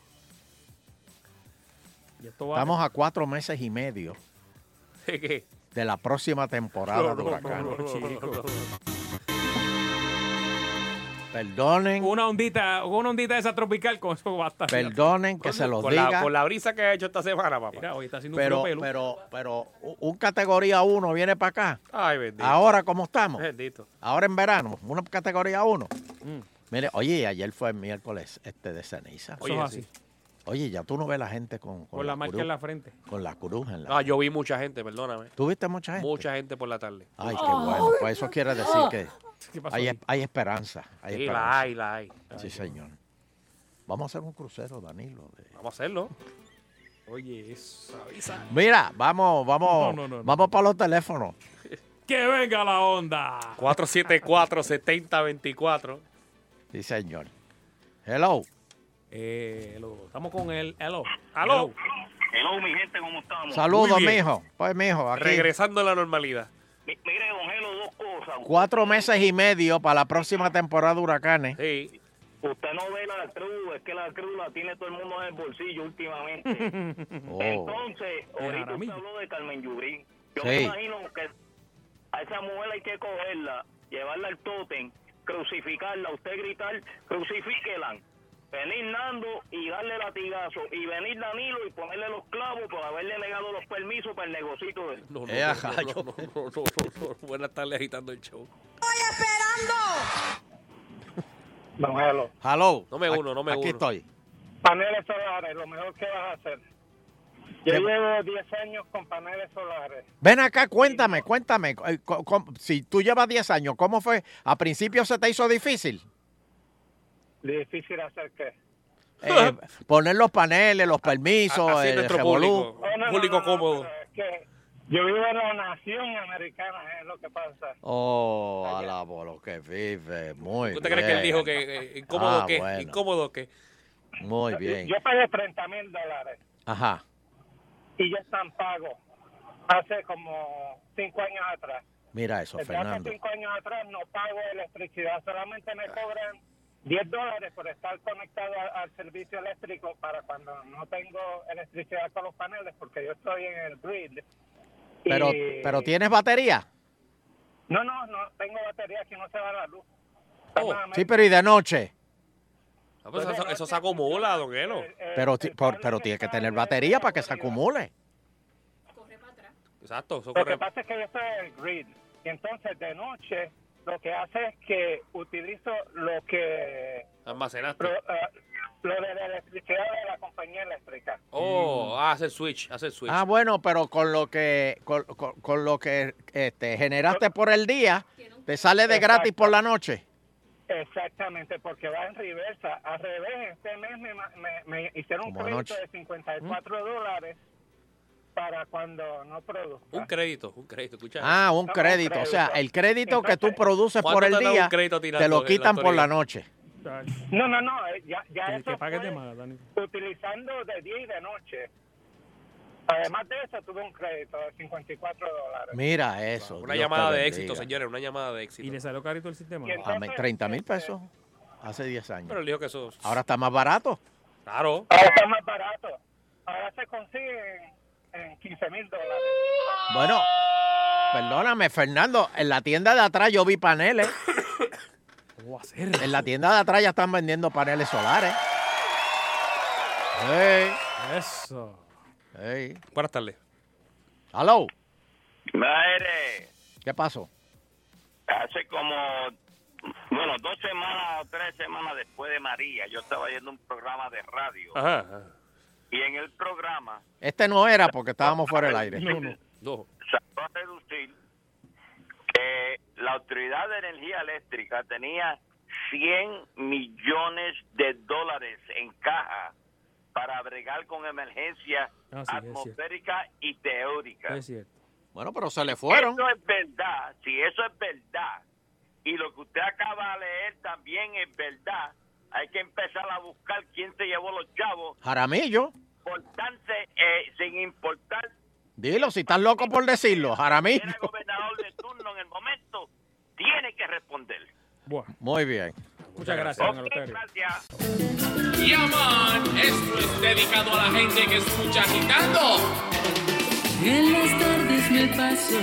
[SPEAKER 5] Y esto va
[SPEAKER 6] Estamos a cuatro meses y medio
[SPEAKER 7] ¿Qué?
[SPEAKER 6] de la próxima temporada
[SPEAKER 7] No,
[SPEAKER 6] de
[SPEAKER 7] no,
[SPEAKER 6] huracán.
[SPEAKER 7] no, no, no, no, no.
[SPEAKER 6] Perdonen,
[SPEAKER 5] Una ondita, una ondita de esa tropical, con eso basta.
[SPEAKER 6] perdonen que se los
[SPEAKER 7] Con
[SPEAKER 6] diga.
[SPEAKER 7] la, con la brisa que ha hecho esta semana, papá.
[SPEAKER 5] Mira, hoy está haciendo
[SPEAKER 6] Pero,
[SPEAKER 5] un frío pelu.
[SPEAKER 6] pero, pero u- un categoría 1 viene para acá.
[SPEAKER 7] Ay, bendito.
[SPEAKER 6] Ahora, ¿cómo estamos?
[SPEAKER 7] Bendito.
[SPEAKER 6] Ahora en verano, una categoría 1.
[SPEAKER 5] Mm,
[SPEAKER 6] Mire, oye, ayer fue el miércoles este de ceniza.
[SPEAKER 5] Eso es así.
[SPEAKER 6] Oye, ya tú no ves la gente con,
[SPEAKER 5] Con la marca
[SPEAKER 6] cruz-
[SPEAKER 5] en la frente.
[SPEAKER 6] Con la cruz en la
[SPEAKER 7] No, Ah, yo vi mucha gente, perdóname.
[SPEAKER 6] ¿Tuviste mucha gente?
[SPEAKER 7] Mucha gente por la tarde.
[SPEAKER 6] Ay, qué bueno. Pues eso quiere decir que
[SPEAKER 5] ¿Qué pasó
[SPEAKER 6] hay,
[SPEAKER 5] ahí?
[SPEAKER 6] hay esperanza. Hay
[SPEAKER 7] Sí,
[SPEAKER 6] esperanza.
[SPEAKER 7] la hay, la hay.
[SPEAKER 6] Sí, señor. Vamos a hacer un crucero, Danilo. de-
[SPEAKER 7] Vamos a hacerlo.
[SPEAKER 5] Oye, esa brisa.
[SPEAKER 6] Mira, vamos, vamos,
[SPEAKER 5] No, no, no, no.
[SPEAKER 6] vamos para los teléfonos.
[SPEAKER 5] ¡Que venga la onda!
[SPEAKER 7] 474-7024.
[SPEAKER 6] Sí, señor. Hello.
[SPEAKER 5] Eh, hello. Estamos con el hello.
[SPEAKER 7] Aló.
[SPEAKER 5] Hello.
[SPEAKER 12] Hello, mi gente, ¿cómo estamos?
[SPEAKER 6] Saludos,
[SPEAKER 7] bien.
[SPEAKER 6] mijo. Pues, mijo, aquí.
[SPEAKER 7] Regresando a la normalidad.
[SPEAKER 12] Mi- Mire, don Gelo, dos cosas.
[SPEAKER 6] Cuatro meses y medio para la próxima temporada de huracanes.
[SPEAKER 7] Sí.
[SPEAKER 12] Usted no ve la cruz, es que la cruz la tiene todo el mundo en el bolsillo últimamente.
[SPEAKER 6] Oh.
[SPEAKER 12] Entonces,
[SPEAKER 5] El
[SPEAKER 12] ahorita usted
[SPEAKER 5] Jaramillo.
[SPEAKER 12] habló de Carmen Yubrín. Yo
[SPEAKER 6] Sí.
[SPEAKER 12] me imagino que a esa mujer hay que cogerla, llevarla al tótem
[SPEAKER 4] crucificarla, usted gritar, crucifíquela. Venir Nando y darle latigazo. Y venir Danilo y ponerle los clavos por haberle negado los permisos para el negocito de él.
[SPEAKER 7] No, no,
[SPEAKER 11] Eh,
[SPEAKER 7] no,
[SPEAKER 11] ajá,
[SPEAKER 7] no,
[SPEAKER 11] yo-
[SPEAKER 7] no, no, no, no, no. Buenas tardes, agitando el show.
[SPEAKER 13] Don Elo.
[SPEAKER 11] Hello.
[SPEAKER 7] No me uno, no me
[SPEAKER 11] Aquí
[SPEAKER 7] uno.
[SPEAKER 11] estoy.
[SPEAKER 13] Paneles solares, lo mejor que vas a hacer. Yo
[SPEAKER 11] ¿Qué-
[SPEAKER 13] llevo 10 años con paneles solares.
[SPEAKER 11] Ven acá, cuéntame, cuéntame. eh, co- co- Si tú llevas 10 años, ¿cómo fue? ¿A principio se te hizo difícil?
[SPEAKER 13] Difícil hacer qué.
[SPEAKER 11] Eh, poner los paneles, los permisos,
[SPEAKER 7] Así es
[SPEAKER 11] el
[SPEAKER 7] nuestro
[SPEAKER 11] revolú.
[SPEAKER 7] público.
[SPEAKER 13] Oh, no, no,
[SPEAKER 7] Público cómodo.
[SPEAKER 13] Que yo vivo en la nación americana, es lo que pasa.
[SPEAKER 11] Oh, a la bolo que vive. Muy
[SPEAKER 7] ¿Usted
[SPEAKER 11] bien.
[SPEAKER 7] cree que él dijo que eh, incómodo
[SPEAKER 11] Ah,
[SPEAKER 7] que
[SPEAKER 11] bueno.
[SPEAKER 7] incómodo que
[SPEAKER 11] Muy bien.
[SPEAKER 13] Yo pagué 30 mil dólares
[SPEAKER 11] Ajá.
[SPEAKER 13] y ya están pagos hace como 5 años atrás.
[SPEAKER 11] Mira eso,
[SPEAKER 13] Desde hace
[SPEAKER 11] Fernando.
[SPEAKER 13] 5 años atrás no pago electricidad, solamente me cobran 10 dólares por estar conectado a- al servicio eléctrico para cuando no tengo electricidad con los paneles, porque yo estoy en el grid.
[SPEAKER 11] Pero,
[SPEAKER 13] Y-
[SPEAKER 11] pero ¿tienes batería?
[SPEAKER 13] No, no, no tengo batería que no se va la luz. Estamos a
[SPEAKER 11] Sí, pero ¿y de noche?
[SPEAKER 7] Oh, Ah, pues eso, eso se acumula, don Elo.
[SPEAKER 6] eh,
[SPEAKER 11] Pero, ti- por- pero tienes que tener batería para que se acumule.
[SPEAKER 7] Exacto, eso
[SPEAKER 13] Lo que
[SPEAKER 7] corre.
[SPEAKER 13] pasa es que yo estoy en el grid. Y entonces de noche lo que hace es que utilizo lo que
[SPEAKER 7] Almacenaste.
[SPEAKER 13] lo, eh, lo de la electricidad de la compañía eléctrica.
[SPEAKER 7] Oh, ah, hace el switch, hace el switch.
[SPEAKER 11] Ah, bueno, pero con lo que con, con- con lo que este, generaste por el día, te sale de gratis por la noche.
[SPEAKER 13] Exactamente, porque va en reversa. Al revés, este mes me, ma- me- me hicieron un
[SPEAKER 11] Como anoche.
[SPEAKER 13] crédito de 54 dólares para cuando no produzco.
[SPEAKER 7] Un crédito, un crédito, escucha.
[SPEAKER 11] Ah, un crédito. O sea, el crédito que tú produces
[SPEAKER 7] ¿cuánto
[SPEAKER 11] por el
[SPEAKER 7] te da un
[SPEAKER 11] día,
[SPEAKER 7] crédito a ti la-
[SPEAKER 11] te lo
[SPEAKER 7] la
[SPEAKER 11] quitan por la
[SPEAKER 7] autoridad?
[SPEAKER 11] noche.
[SPEAKER 13] No, no, no, eh, ya, ya
[SPEAKER 5] Que,
[SPEAKER 13] eso
[SPEAKER 5] que pagues
[SPEAKER 13] fue
[SPEAKER 5] de más, Dani.
[SPEAKER 13] utilizando de día y de noche. Además de eso, tuve un crédito de 54 dólares.
[SPEAKER 11] Mira eso.
[SPEAKER 7] Una
[SPEAKER 11] Dios
[SPEAKER 7] llamada
[SPEAKER 11] te
[SPEAKER 7] de
[SPEAKER 11] bendiga.
[SPEAKER 7] éxito, señores, una llamada de éxito.
[SPEAKER 5] Y le salió carito el sistema.
[SPEAKER 13] Bien.
[SPEAKER 11] Amén, 30 mil pesos hace 10
[SPEAKER 7] Pero
[SPEAKER 11] años.
[SPEAKER 7] él dijo que eso.
[SPEAKER 11] Ahora está más barato.
[SPEAKER 7] Claro.
[SPEAKER 13] Ahora está más barato. Ahora se consigue en, en 15 mil dólares.
[SPEAKER 11] Bueno, perdóname, Fernando. En la tienda de atrás yo vi paneles.
[SPEAKER 5] ¿Cómo va a ser?
[SPEAKER 11] En la tienda de atrás ya están vendiendo paneles solares. Hey,
[SPEAKER 5] Eso.
[SPEAKER 11] hey.
[SPEAKER 7] Buenas tardes.
[SPEAKER 11] Hello,
[SPEAKER 12] Madre,
[SPEAKER 11] ¿qué pasó?
[SPEAKER 12] hace como, bueno, dos semanas o tres semanas después de María, yo estaba yendo a un programa de radio
[SPEAKER 7] Ajá. ajá.
[SPEAKER 12] y en el programa
[SPEAKER 11] Este no era porque estábamos fuera del aire.
[SPEAKER 5] No, no.
[SPEAKER 7] No.
[SPEAKER 12] salió a reducir que la Autoridad de Energía Eléctrica tenía 100 millones de dólares en caja para bregar con emergencias
[SPEAKER 5] Ah, sí, es cierto.
[SPEAKER 12] atmosféricas y teóricas.
[SPEAKER 5] Es cierto.
[SPEAKER 11] Bueno, pero se le fueron.
[SPEAKER 12] Eso es verdad, si eso es verdad, y lo que usted acaba de leer también es verdad, hay que empezar a buscar quién se llevó los chavos,
[SPEAKER 11] Jaramillo.
[SPEAKER 12] portarse, eh, sin importar
[SPEAKER 11] Dilo, si estás loco por decirlo,
[SPEAKER 12] quién
[SPEAKER 11] Jaramillo.
[SPEAKER 12] era gobernador de turno en el momento, tiene que responder.
[SPEAKER 5] Buah.
[SPEAKER 11] Muy bien.
[SPEAKER 5] Muchas gracias, don
[SPEAKER 12] Ok,
[SPEAKER 5] Eleuterio.
[SPEAKER 12] gracias.
[SPEAKER 3] Yaman, esto es dedicado a la gente que escucha agitando.
[SPEAKER 10] En las tardes me paso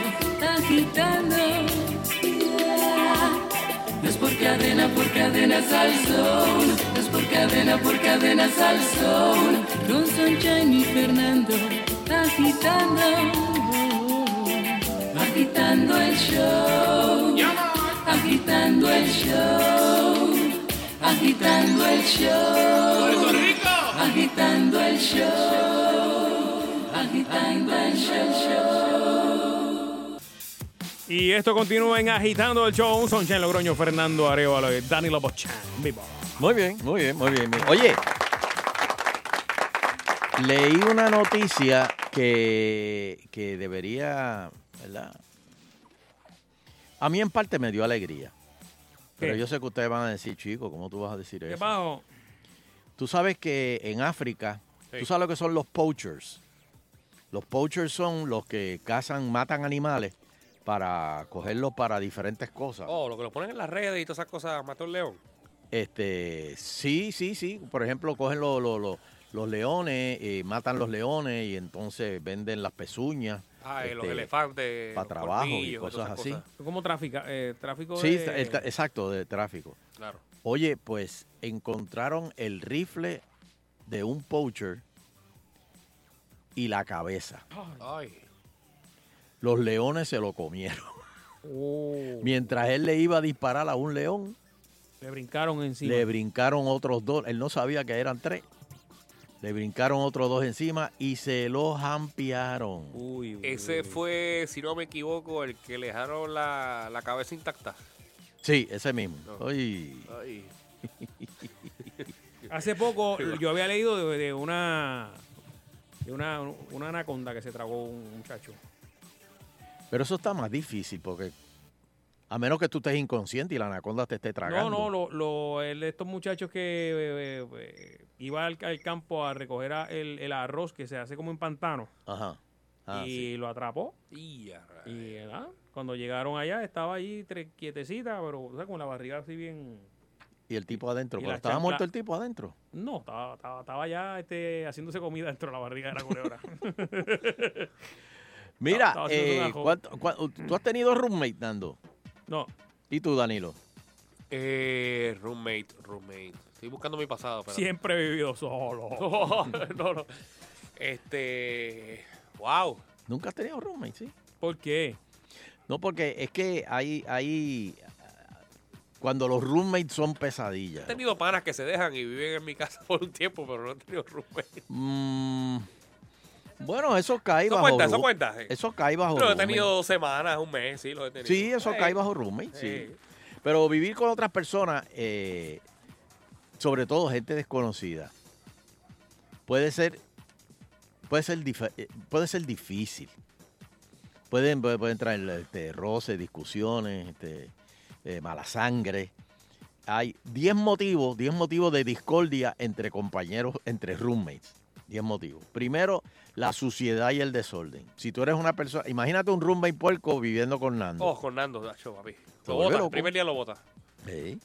[SPEAKER 10] agitando. No es por cadena, por cadenas al sol. No es por cadena, por cadenas al sol. Con Sunshine y Fernando agitando. Agitando el show. Agitando el show. Agitando el show.
[SPEAKER 3] Puerto Rico.
[SPEAKER 10] Agitando el show, agitando el show.
[SPEAKER 5] Y esto continúa en Agitando el Show. Un Sunshine Logroño, Fernando Arevalo y Dani Lobochan. Vivo.
[SPEAKER 6] Muy bien, muy bien, muy bien. muy bien.
[SPEAKER 11] Oye,
[SPEAKER 6] Leí una noticia que, que debería, ¿verdad? A mí en parte me dio alegría. Pero
[SPEAKER 5] ¿Qué?
[SPEAKER 6] yo sé que ustedes van a decir, chico, ¿cómo tú vas a decir
[SPEAKER 5] ¿Qué
[SPEAKER 6] eso?
[SPEAKER 5] bajo?
[SPEAKER 6] Tú sabes que en África,
[SPEAKER 7] Sí.
[SPEAKER 6] tú sabes lo que son los poachers. Los poachers son los que cazan, matan animales para cogerlos para diferentes cosas.
[SPEAKER 7] Oh, lo que lo ponen en las redes y todas esas cosas, mató el león.
[SPEAKER 6] Este, sí, sí, sí. Por ejemplo, cogen lo- lo- lo- los leones, eh, matan los leones y entonces venden las pezuñas
[SPEAKER 7] Ah, y los
[SPEAKER 6] este,
[SPEAKER 7] elefantes.
[SPEAKER 6] para
[SPEAKER 7] los
[SPEAKER 6] trabajo y
[SPEAKER 7] colmillos,
[SPEAKER 6] cosas
[SPEAKER 7] todas esas
[SPEAKER 6] así.
[SPEAKER 7] cosas.
[SPEAKER 5] ¿Cómo tráfica? Eh, tráfico
[SPEAKER 6] Sí,
[SPEAKER 5] de-
[SPEAKER 6] el tra- exacto, de tráfico.
[SPEAKER 5] Claro.
[SPEAKER 6] Oye, pues encontraron el rifle de un poacher y la cabeza.
[SPEAKER 7] Ay.
[SPEAKER 6] Los leones se lo comieron.
[SPEAKER 5] Oh,
[SPEAKER 6] Mientras él le iba a disparar a un león,
[SPEAKER 5] le brincaron encima.
[SPEAKER 6] le brincaron otros dos. Él no sabía que eran tres. Le brincaron otros dos encima y se lo jampearon.
[SPEAKER 7] Ese fue, si no me equivoco, el que le dejaron la, la cabeza intacta.
[SPEAKER 6] Sí, ese mismo. Ay.
[SPEAKER 7] Ay.
[SPEAKER 5] Hace poco yo había leído de, de una de una, una anaconda que se tragó un muchacho.
[SPEAKER 6] Pero eso está más difícil porque a menos que tú estés inconsciente y la anaconda te esté tragando.
[SPEAKER 5] No, no, lo, lo- el de estos muchachos que eh, eh, iba al, al campo a recoger a- el, el arroz que se hace como en pantano
[SPEAKER 6] Ajá. Ah,
[SPEAKER 5] y
[SPEAKER 6] sí.
[SPEAKER 5] lo atrapó.
[SPEAKER 7] Y,
[SPEAKER 5] ¿verdad? cuando llegaron allá estaba allí tre- quietecita, pero o sea, con la barriga así bien...
[SPEAKER 6] Y el tipo adentro.
[SPEAKER 5] y
[SPEAKER 6] Pero
[SPEAKER 5] la
[SPEAKER 6] estaba
[SPEAKER 5] chancla-
[SPEAKER 6] muerto el tipo adentro.
[SPEAKER 5] No, estaba, estaba, estaba ya este, haciéndose comida dentro de la barriga de la culebra.
[SPEAKER 6] Mira,
[SPEAKER 5] estaba haciendo
[SPEAKER 6] eh,
[SPEAKER 5] una jo-
[SPEAKER 6] ¿cuánto- cuánto- tú has tenido roommate, Nando?
[SPEAKER 5] No.
[SPEAKER 6] ¿Y tú, Danilo?
[SPEAKER 7] Eh, roommate, roommate. Estoy buscando mi pasado. espérate.
[SPEAKER 5] Siempre he vivido solo.
[SPEAKER 7] No, no, no. Este. Wow.
[SPEAKER 6] ¿Nunca has tenido roommate, sí?
[SPEAKER 5] ¿Por qué?
[SPEAKER 6] No, porque es que hay, hay cuando los roommates son pesadillas.
[SPEAKER 7] He tenido panas que se dejan y viven en mi casa por un tiempo, pero no he tenido roommate.
[SPEAKER 6] Mm, bueno, eso cae
[SPEAKER 7] Eso
[SPEAKER 6] bajo
[SPEAKER 7] cuenta, eso
[SPEAKER 6] ru-
[SPEAKER 7] cuenta, sí.
[SPEAKER 6] Eso cae bajo
[SPEAKER 7] Pero he
[SPEAKER 6] roommate.
[SPEAKER 7] tenido dos semanas, un mes, sí, lo he tenido.
[SPEAKER 6] Ah, Sí, eso
[SPEAKER 7] Eh,
[SPEAKER 6] cae bajo roommate,
[SPEAKER 7] eh.
[SPEAKER 6] sí. Pero vivir con otras personas, eh, sobre todo gente desconocida, puede ser, puede ser, dife- eh, puede ser difícil. Pueden, pueden, pueden traer este, roces, discusiones, este, eh, mala sangre. Hay 10 motivos, 10 motivos de discordia entre compañeros, entre roommates. 10 motivos. Primero, la suciedad y el desorden. Si tú eres una persona, imagínate un roommate puerco viviendo con Nando.
[SPEAKER 7] Oh, con Nando, dacho, papi. Lo
[SPEAKER 6] vuelve
[SPEAKER 7] bota, el
[SPEAKER 6] loco.
[SPEAKER 7] primer día lo bota.
[SPEAKER 6] Sí.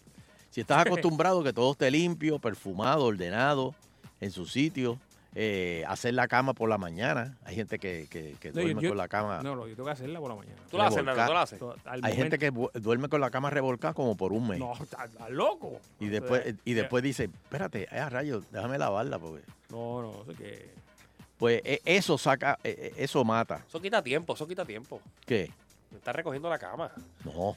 [SPEAKER 6] Si estás acostumbrado que todo esté limpio, perfumado, ordenado, en su sitio, eh, hacer la cama por la mañana. Hay gente que, que- que
[SPEAKER 5] No, yo-
[SPEAKER 6] duerme
[SPEAKER 5] yo-
[SPEAKER 6] con la cama.
[SPEAKER 5] No, no, yo tengo que hacerla por la mañana.
[SPEAKER 7] Tú la haces, Nando, tú la haces.
[SPEAKER 5] Al
[SPEAKER 6] Hay gente
[SPEAKER 5] momento-
[SPEAKER 6] que bu- duerme con la cama revolcada como por un mes.
[SPEAKER 5] No, estás estás loco.
[SPEAKER 6] y después, eh, y después dice, espérate, ay, a rayos, déjame lavarla. Porque...
[SPEAKER 5] No, no, sé que...
[SPEAKER 6] Pues eh, eso saca, eh, eh, eso mata.
[SPEAKER 7] Eso quita tiempo, eso quita tiempo.
[SPEAKER 6] ¿Qué?
[SPEAKER 7] Me está recogiendo la cama.
[SPEAKER 6] No.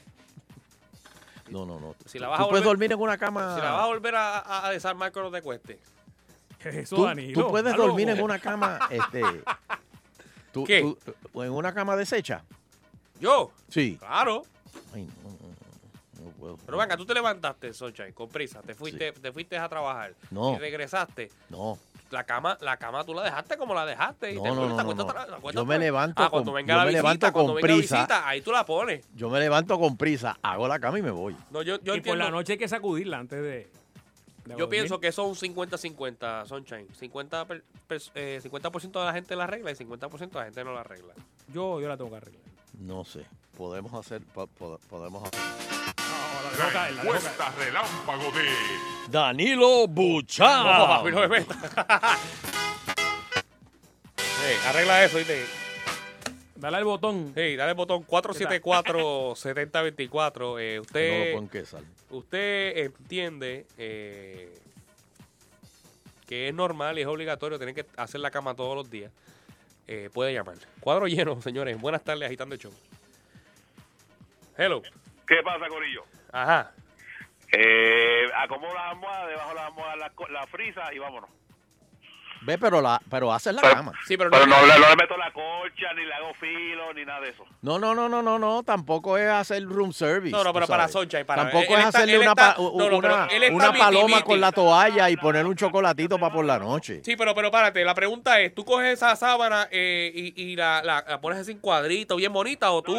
[SPEAKER 6] No, no, no.
[SPEAKER 7] Si la vas a
[SPEAKER 6] Tú puedes
[SPEAKER 7] volver-
[SPEAKER 6] dormir en una cama.
[SPEAKER 7] Si la vas a volver a, a- a desarmar que no te cueste.
[SPEAKER 5] Eso,
[SPEAKER 6] tú, tú puedes dormir
[SPEAKER 7] eh.
[SPEAKER 6] en una cama, este, tú-
[SPEAKER 7] ¿Qué?
[SPEAKER 6] tú- o en una cama deshecha.
[SPEAKER 7] ¿Yo?
[SPEAKER 6] Sí.
[SPEAKER 7] Claro.
[SPEAKER 6] Ay, no, no, no, no puedo.
[SPEAKER 7] Pero venga, tú te levantaste, Sunshine, con prisa. Te fuiste, te fuiste a trabajar.
[SPEAKER 6] No.
[SPEAKER 7] Y regresaste.
[SPEAKER 6] No,
[SPEAKER 7] La cama, la cama tú la dejaste como la dejaste. y
[SPEAKER 6] No,
[SPEAKER 7] te
[SPEAKER 6] no,
[SPEAKER 7] acuestas,
[SPEAKER 6] no,
[SPEAKER 7] te
[SPEAKER 6] no,
[SPEAKER 7] acuestas
[SPEAKER 6] no.
[SPEAKER 7] otra- te acuestas
[SPEAKER 6] Yo me
[SPEAKER 7] otra vez.
[SPEAKER 6] levanto
[SPEAKER 7] Ah, cuando
[SPEAKER 6] con-
[SPEAKER 7] venga
[SPEAKER 6] yo
[SPEAKER 7] la
[SPEAKER 6] me
[SPEAKER 7] visita,
[SPEAKER 6] levanto
[SPEAKER 7] cuando
[SPEAKER 6] con
[SPEAKER 7] venga la
[SPEAKER 6] prisa.
[SPEAKER 7] visita, ahí tú la pones.
[SPEAKER 6] yo me levanto con prisa, hago la cama y me voy.
[SPEAKER 7] No, yo, yo
[SPEAKER 5] y por
[SPEAKER 7] entiendo-
[SPEAKER 5] la noche hay que sacudirla antes de. de
[SPEAKER 7] Yo
[SPEAKER 5] dormir.
[SPEAKER 7] pienso que eso es un 50-50, Sunshine. 50%, per- per- eh, 50 de la gente la arregla y 50% de la gente no la arregla.
[SPEAKER 5] Yo, yo la tengo que arreglar.
[SPEAKER 6] No sé, podemos hacer, po- po- podemos hacer.
[SPEAKER 5] loca, la loca.
[SPEAKER 14] encuesta relámpago de
[SPEAKER 6] Danilo Buchan.
[SPEAKER 7] No, papi, no me metas. Sí, arregla eso, ¿viste?
[SPEAKER 5] Dale al botón.
[SPEAKER 7] Sí, dale al botón 474-7024.
[SPEAKER 6] Que no lo
[SPEAKER 7] Eh, usted,
[SPEAKER 6] pongan que sal.
[SPEAKER 7] usted entiende eh, que es normal y es obligatorio tener que hacer la cama todos los días. Eh, puede llamar. Cuadro lleno, señores. Buenas tardes, agitando el show. Hello.
[SPEAKER 15] ¿Qué pasa, Corillo?
[SPEAKER 7] Ajá.
[SPEAKER 15] Eh, acomodo las almohadas, debajo de las almohadas la, co- la frisa y vámonos.
[SPEAKER 6] Ve, pero la, pero haces la cama.
[SPEAKER 7] Sí, pero,
[SPEAKER 15] no, le, no le meto la colcha, ni le hago filo, ni nada de eso.
[SPEAKER 6] No, no, no, no, no, no, tampoco es hacer room service.
[SPEAKER 7] No, no,
[SPEAKER 6] tú
[SPEAKER 7] pero para
[SPEAKER 6] sabes.
[SPEAKER 7] Soncha y para-
[SPEAKER 6] Tampoco
[SPEAKER 7] él
[SPEAKER 6] es
[SPEAKER 7] está-
[SPEAKER 6] hacerle
[SPEAKER 7] él
[SPEAKER 6] una,
[SPEAKER 7] está-
[SPEAKER 6] pa- u-
[SPEAKER 7] no, no,
[SPEAKER 6] una,
[SPEAKER 7] pero él está
[SPEAKER 6] una
[SPEAKER 7] miti,
[SPEAKER 6] paloma
[SPEAKER 7] miti.
[SPEAKER 6] con la toalla y ponerle un chocolatito para por la noche.
[SPEAKER 7] Sí, pero, pero párate, la pregunta es, ¿tú coges esa sábana eh, y, y la, la- la pones así en cuadrito bien bonita o tú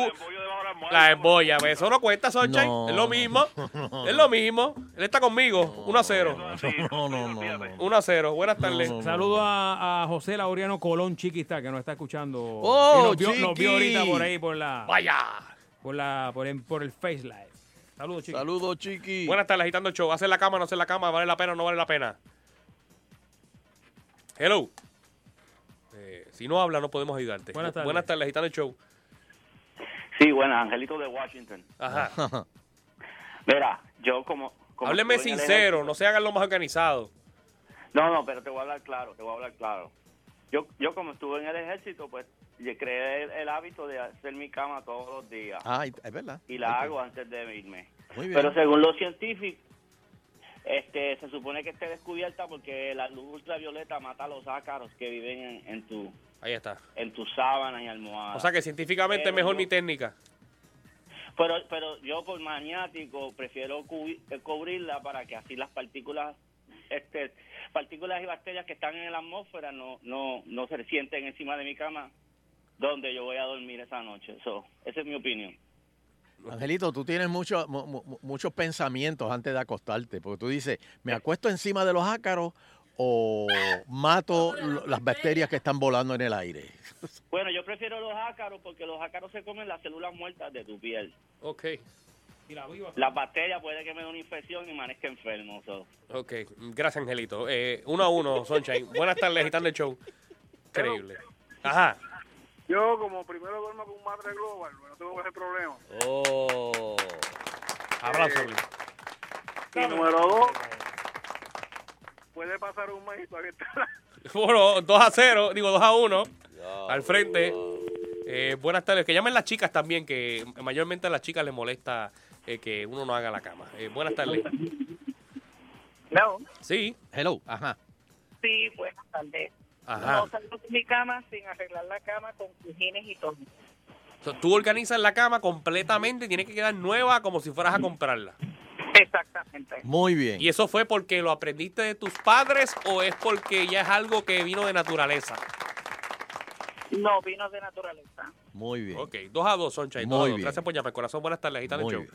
[SPEAKER 7] la embollas? Pues, Eso no cuenta, Sunshine.
[SPEAKER 6] No.
[SPEAKER 7] Es lo mismo. Es lo mismo. Él está conmigo. 1 a 0.
[SPEAKER 6] No, no, no, no.
[SPEAKER 7] 1 a 0. Buenas tardes.
[SPEAKER 5] Saludo a, a José Laureano Colón Chiquista que nos está escuchando.
[SPEAKER 7] Oh,
[SPEAKER 5] Y nos, vio, nos vio
[SPEAKER 7] Chiqui.
[SPEAKER 5] ahorita por ahí por la.
[SPEAKER 7] Vaya.
[SPEAKER 5] Por la por el, por el Face Live. Saludos, Chiqui.
[SPEAKER 6] Saludos, Chiqui.
[SPEAKER 7] Buenas tardes, agitando el show. ¿Hacer la cama o no hacer la cama? ¿Vale la pena o no vale la pena? Hello. Eh, si no habla, no podemos ayudarte.
[SPEAKER 5] Buenas tardes.
[SPEAKER 7] Buenas tardes, Gitano Show.
[SPEAKER 16] Sí, bueno, Angelito de Washington.
[SPEAKER 7] Ajá.
[SPEAKER 16] Mira, yo como... como
[SPEAKER 7] Hábleme
[SPEAKER 16] estuve en el
[SPEAKER 7] sincero, no se hagan lo más organizado.
[SPEAKER 16] No, no, pero te voy a hablar claro, te voy a hablar claro. Yo, yo como estuve en el ejército, pues le creé el, el hábito de hacer mi cama todos los días.
[SPEAKER 6] Ah, es verdad.
[SPEAKER 16] Y la
[SPEAKER 6] Ok.
[SPEAKER 16] hago antes de irme.
[SPEAKER 6] Muy bien.
[SPEAKER 16] Pero según los científicos, este, se supone que esté descubierta porque la luz ultravioleta mata a los ácaros que viven en, en tu Ah,
[SPEAKER 7] Ahí está.
[SPEAKER 16] en tus sábanas y almohadas.
[SPEAKER 7] O sea que científicamente es
[SPEAKER 16] Pero
[SPEAKER 7] mejor
[SPEAKER 16] yo-
[SPEAKER 7] mi técnica.
[SPEAKER 16] Pero, pero yo por maniático prefiero cubri- eh, cubrirla para que así las partículas este, partículas y bacterias que están en la atmósfera no, no, no se sienten encima de mi cama donde yo voy a dormir esa noche. So, esa es mi opinión.
[SPEAKER 6] Angelito, tú tienes mucho- mu- mu- muchos pensamientos antes de acostarte, porque tú dices, ¿me acuesto encima de los ácaros o mato lo- las bacterias que están volando en el aire?
[SPEAKER 16] Bueno, yo prefiero los ácaros porque los ácaros se comen las células muertas de tu piel.
[SPEAKER 7] Ok.
[SPEAKER 5] Y la viva.
[SPEAKER 16] Las bacterias puede que me dé una infección y amanezca enfermo. so.
[SPEAKER 7] Ok, gracias, Angelito. Eh, uno a uno, Sunshine. Buenas tardes, Gitano del Show. Increíble. Ajá.
[SPEAKER 17] Yo, como primero duermo con un madre global, no tengo ese problema.
[SPEAKER 7] Oh.
[SPEAKER 16] Eh,
[SPEAKER 7] Abrazo. Luis.
[SPEAKER 17] Y número dos, puede pasar un mes y todavía está la-
[SPEAKER 7] Bueno, 2 a 0, digo 2 a 1. Al frente. Eh, buenas tardes. Que llamen las chicas también, que mayormente a las chicas les molesta eh, que uno no haga la cama. Eh, buenas tardes.
[SPEAKER 18] No,
[SPEAKER 7] Sí.
[SPEAKER 6] Hello. Ajá.
[SPEAKER 18] sí, buenas tardes.
[SPEAKER 7] Ajá.
[SPEAKER 18] No salgo de mi cama sin arreglar la cama con cojines y todo.
[SPEAKER 7] So, tú organizas la cama completamente y tiene que quedar nueva como si fueras a comprarla.
[SPEAKER 18] Exactamente.
[SPEAKER 6] Muy bien.
[SPEAKER 7] ¿Y eso fue porque lo aprendiste de tus padres o es porque ya es algo que vino de naturaleza?
[SPEAKER 18] No, vino de naturaleza.
[SPEAKER 6] Muy bien.
[SPEAKER 7] Ok, 2 a 2, Soncha.
[SPEAKER 6] Muy bien.
[SPEAKER 7] Gracias por llamar, corazón. Buenas tardes, Gitano
[SPEAKER 6] Muy
[SPEAKER 7] Show.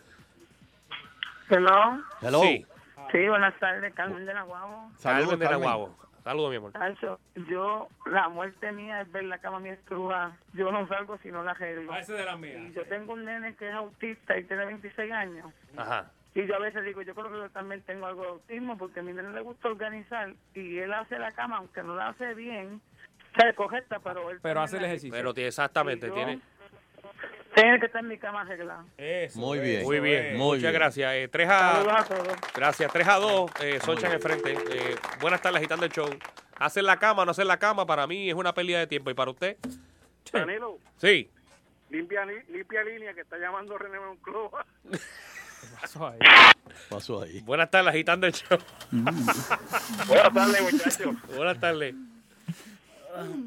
[SPEAKER 18] Hello.
[SPEAKER 6] Hello.
[SPEAKER 7] Sí.
[SPEAKER 18] Sí, buenas tardes, Carmen de la Guagua.
[SPEAKER 7] Carmen de
[SPEAKER 18] Carmen.
[SPEAKER 7] Nahuabo. Saludos, mi amor.
[SPEAKER 18] Tacho, yo, la muerte mía es ver la cama mía estruja. Yo no salgo si no la arreglo.
[SPEAKER 5] Ah, esa es de la mía.
[SPEAKER 18] Y yo tengo un nene que es autista y tiene 26 años.
[SPEAKER 7] Ajá.
[SPEAKER 18] Y yo a veces digo, yo creo que yo también tengo algo de autismo porque a mi nene le gusta organizar y él hace la cama, aunque no la hace bien, se cogeta, pero él
[SPEAKER 5] Pero
[SPEAKER 18] tiene
[SPEAKER 5] hace el
[SPEAKER 18] la-
[SPEAKER 5] ejercicio.
[SPEAKER 7] Pero tiene- exactamente,
[SPEAKER 18] Y yo-
[SPEAKER 7] tiene.
[SPEAKER 18] tiene que estar en mi cama arreglada.
[SPEAKER 6] Muy bien.
[SPEAKER 7] Muy bien.
[SPEAKER 6] Muy
[SPEAKER 7] Muchas
[SPEAKER 6] bien.
[SPEAKER 7] gracias. Eh, 3
[SPEAKER 18] Saludos
[SPEAKER 7] a.
[SPEAKER 18] a todos.
[SPEAKER 7] Gracias. 3 a 2. Eh, Soncha en el frente. Eh, buenas tardes, agitando el show. Hacer la cama, no hacer la cama, para mí es una pérdida de tiempo. ¿Y para usted?
[SPEAKER 17] Danilo,
[SPEAKER 7] Sí.
[SPEAKER 17] limpia, li- limpia línea que está llamando René Moncloa.
[SPEAKER 6] Pasó ahí.
[SPEAKER 7] Buenas tardes, agitando el show.
[SPEAKER 15] Buenas tardes, muchachos.
[SPEAKER 7] Buenas tardes.